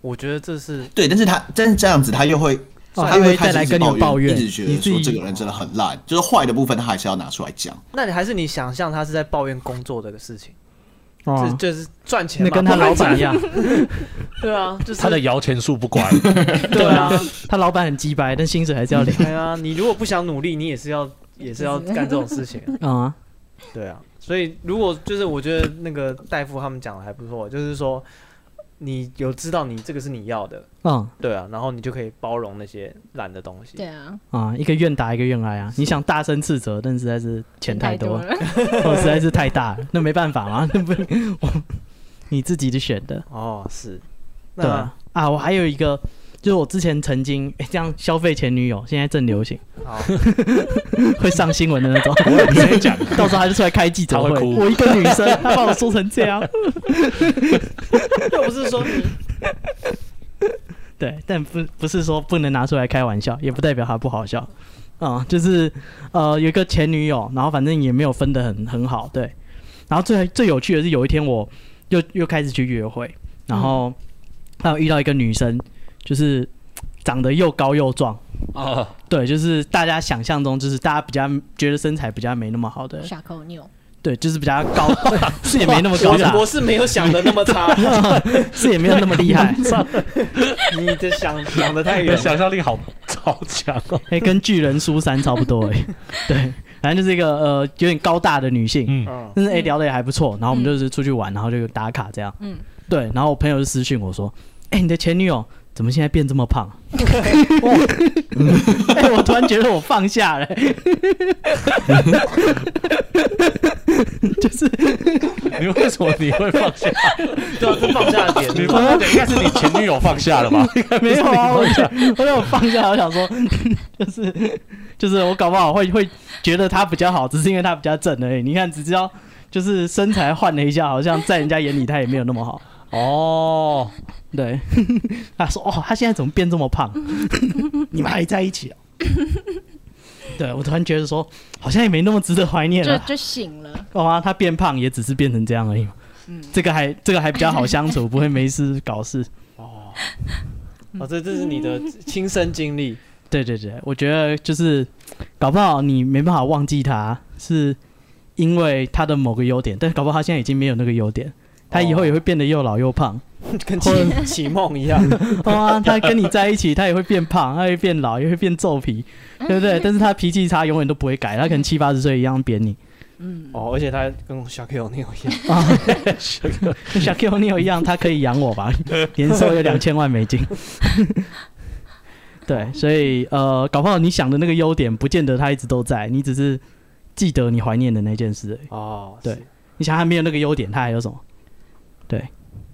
我觉得这是
对，但是他但是这样子他又会。
哦
他又
因
会
为
开
再
始
来
一直
跟你抱怨
一直觉
你
得
自己
说这个人真的很烂，就是坏的部分他还是要拿出来讲。
那你还是你想象他是在抱怨工作这个事情，
哦
这就是赚钱
那
嘛，
跟他老板一样，
对啊，就是
他的摇钱树不 乖，
对啊，
他老板很鸡掰，但薪水还是要领
对啊，你如果不想努力，你也是要也是要干这种事情啊，
啊。
对啊，所以如果就是我觉得那个大夫他们讲的还不错，就是说你有知道你这个是你要的，
嗯
对啊，然后你就可以包容那些烂的东西，
对啊，
啊，一个愿打一个愿挨啊！你想大声斥责，但实在是钱太 多
多
了，
了。
哦实在是太大了，那没办法嘛， 那不我你自己的选的。
哦，是，
对
那
啊，啊我还有一个，就是我之前曾经、诶这样消费前女友，现在正流行，
好，
会上新闻的那种。
你直接讲，
到时候他就出来开记者会
他会，哭
我一个女生她把我说成这样，
又不是说你
对，但不不是说不能拿出来开玩笑，也不代表他不好笑。啊、就是呃，有一个前女友，然后反正也没有分得很很好，对。然后最最有趣的是，有一天我又又开始去约会，然
嗯
后还有遇到一个女生，就是长得又高又壮，
哦
对，就是大家想象中就是大家比较觉得身材比较没那么好的，
下口牛，
对，就是比较高，是也没那么高大
我，我是没有想的那么差，
是也没有那么厉害，
你的想想的太
你
远了，
的想象力好超强哦。
哎、跟巨人苏珊差不多哎、对，反正就是一个呃有点高大的女性，
嗯，
嗯，
但是哎、聊的也还不错，然后我们就是出去玩，然后就打卡这样，嗯，对，然后我朋友就私讯我说，哎、你的前女友怎么现在变这么胖？ 哎、我突然觉得我放下了、欸就是
你为什么你会放 下？
对啊，这放下的点，哦
你放下的应该是你前女友放下 了吧？
没有啊，我就 我有放下，我想说， 就是就是我搞不好会会觉得他比较好，只是因为他比较正而已。你看，只知道就是身材换了一下，好像在人家眼里他也没有那么好。
哦，
对， 他说哦，他现在怎么变这么胖？ 你们还在一起哦？对我突然觉得说，好像也没那么值得怀念
就
了。
就醒了。
哇、啊，他变胖也只是变成这样而已嘛。
嗯
这个还这个还比较好相处，不会没事搞事。
哦，这这是你的亲身经历，
对对对，我觉得就是搞不好你没办法忘记他，是因为他的某个优点，但是搞不好他现在已经没有那个优点，他以后也会变得又老又胖。
跟启启梦一样，
哦啊，他跟你在一起，他也会变胖，他也会变老，也会变皱皮，对不对？但是他脾气差，永远都不会改，他可能七八十岁一样扁你。
哦，而且他跟小 Q 那样一样，
啊，跟小 Q 你有一样，他可以养我 吧？年收有两千万美金。 对，所以呃，搞不好你想的那个优点，不见得他一直都在，你只是记得你怀念的那件事而已。
哦，
对
是，
你想他没有那个优点，他还有什么？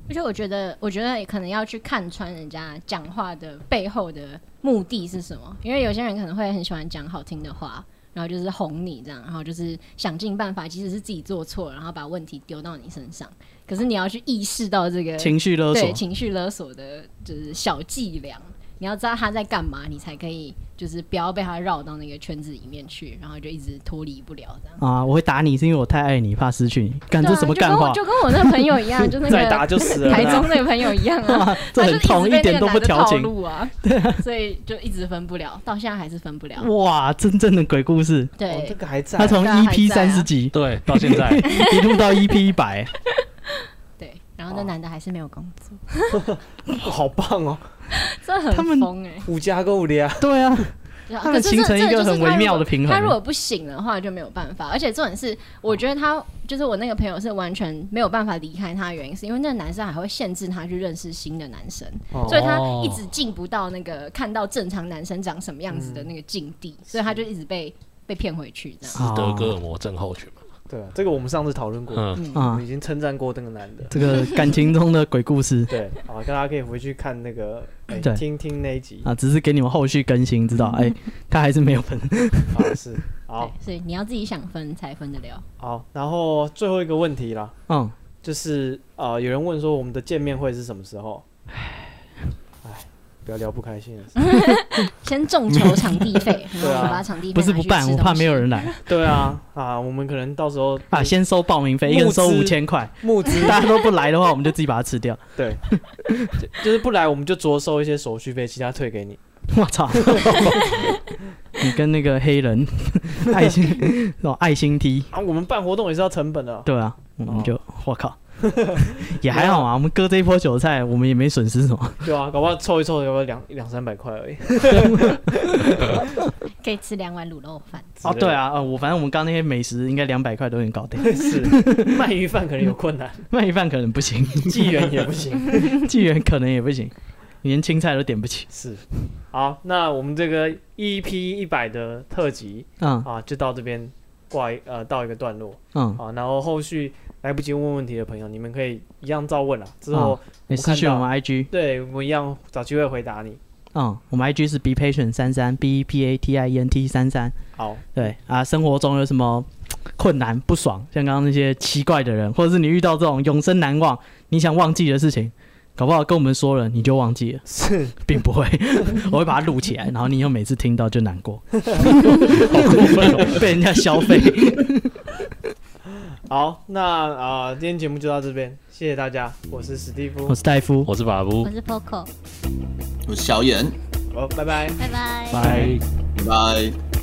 而且我觉得，我觉得可能要去看穿人家讲话的背后的目的是什么，因为有些人可能会很喜欢讲好听的话，然后就是哄你这样，然后就是想尽办法，即使是自己做错，然后把问题丢到你身上。可是你要去意识到这个
情绪勒索
对。情绪勒索的，就是小伎俩。你要知道他在干嘛，你才可以就是不要被他绕到那个圈子里面去，然后就一直脱离不了这样。
啊！我会打你，是因为我太爱你，怕失去你。干
对
这
啊，
什么干话？
就跟我就跟我那个朋友一 样，就那
再
个
打啊就死了啦。
台中那个朋友一样啊，
啊 这
他
很
就
痛，
一
一
直被
点
那
都
个
不
男的
调
套
情。
路啊，所以就一直分不了，到现在还是分不了。
哇，真正的鬼故事，
哦这
对，
个还在
他，从
对啊还
EP
在啊
三十集
对，到现在
一路到 EP 一 百，
对，然后那男的还是没有工作，
好棒哦，
这
他
很
们
疯哎。
五加购五俩，
对啊，
对啊
他们
可是
形
这
成一
这
个
就是
很微
他如
妙
果
的平
他
衡
如果不醒的话就没有办法，而且重点是，我觉得他就是我那个朋友是完全没有办法离开他的原因，是因为那个男生还会限制他去认识新的男生，
哦
所以他一
嗯
直进不到那个看到正常男生长什么样子的那个境地，所以他就一直被
被骗回去这样。
斯德哥尔摩症候群嘛。
对啊，这个我们上次讨论过，
嗯，
我
啊
们已，经称赞过那个男的。
这个感情中的鬼故事
对，好，大家可以回去看那个，哎
对
听听那一集
啊，只是给你们后续更新，知道？哎，他还是没有分。
啊，是好
对，所以你要自己想分才分得了。
好。然后最后一个问题啦，
嗯，
就是呃，有人问说我们的见面会是什么时候？哎，不要聊不开心的
嗯
事。
先众 筹场地费，然
对啊
嗯
后把场地费
不是
拿
不
去
办，
吃
我怕
东西
没有人来
对啊，啊，我们可能到时候
啊。先收报名费，一个人收
募
五
资
千块，
募资，
大家都不来的话，我们就自己把它吃掉。
对，就就是不来我们就着收一些手续费，其他退给你。
我操！ 你跟那个黑人 爱心那种爱心 T，
啊，我们办活动也是要成本的啊。
对啊，我们就我靠，也还好啊。我们割这一波韭菜，我们也没损失什么。
对啊，搞不好凑一凑，搞不好两两三百块而已。
可以吃两碗卤肉饭。
哦，对，啊，呃，我反正我们刚那些美食应该两百块都能搞定，
是卖鱼饭可能有困 难，
卖一饭可能不行，
纪元也不行。
纪元可能也不行，连青菜都点不起。
是，好，那我们这个 EP 一百的特辑
嗯
啊，就到这边挂一呃到一个段落
嗯，
啊，然后后续来不及问问题的朋友，你们可以一样照问啊，之后、
你
我看
私讯我
到
们 IG，
对我们一样找机会回答你。
嗯，我们 IG 是 be patient 三三 b e p a t i e n t 三三。
好，
对啊，生活中有什么困难、不爽，像刚刚那些奇怪的人，或者是你遇到这种永生难忘、你想忘记的事情，搞不好跟我们说了你就忘记了，
是
并不会，我会把它录起来，然后你又每次听到就难过，哦被人家消费。
好，那啊、呃今天节目就到这边，谢谢大家，我是史蒂夫
我，是戴夫，
我是法布
我，是 Poco，
我是小眼，
哦，拜拜。
拜拜。
拜。
拜拜。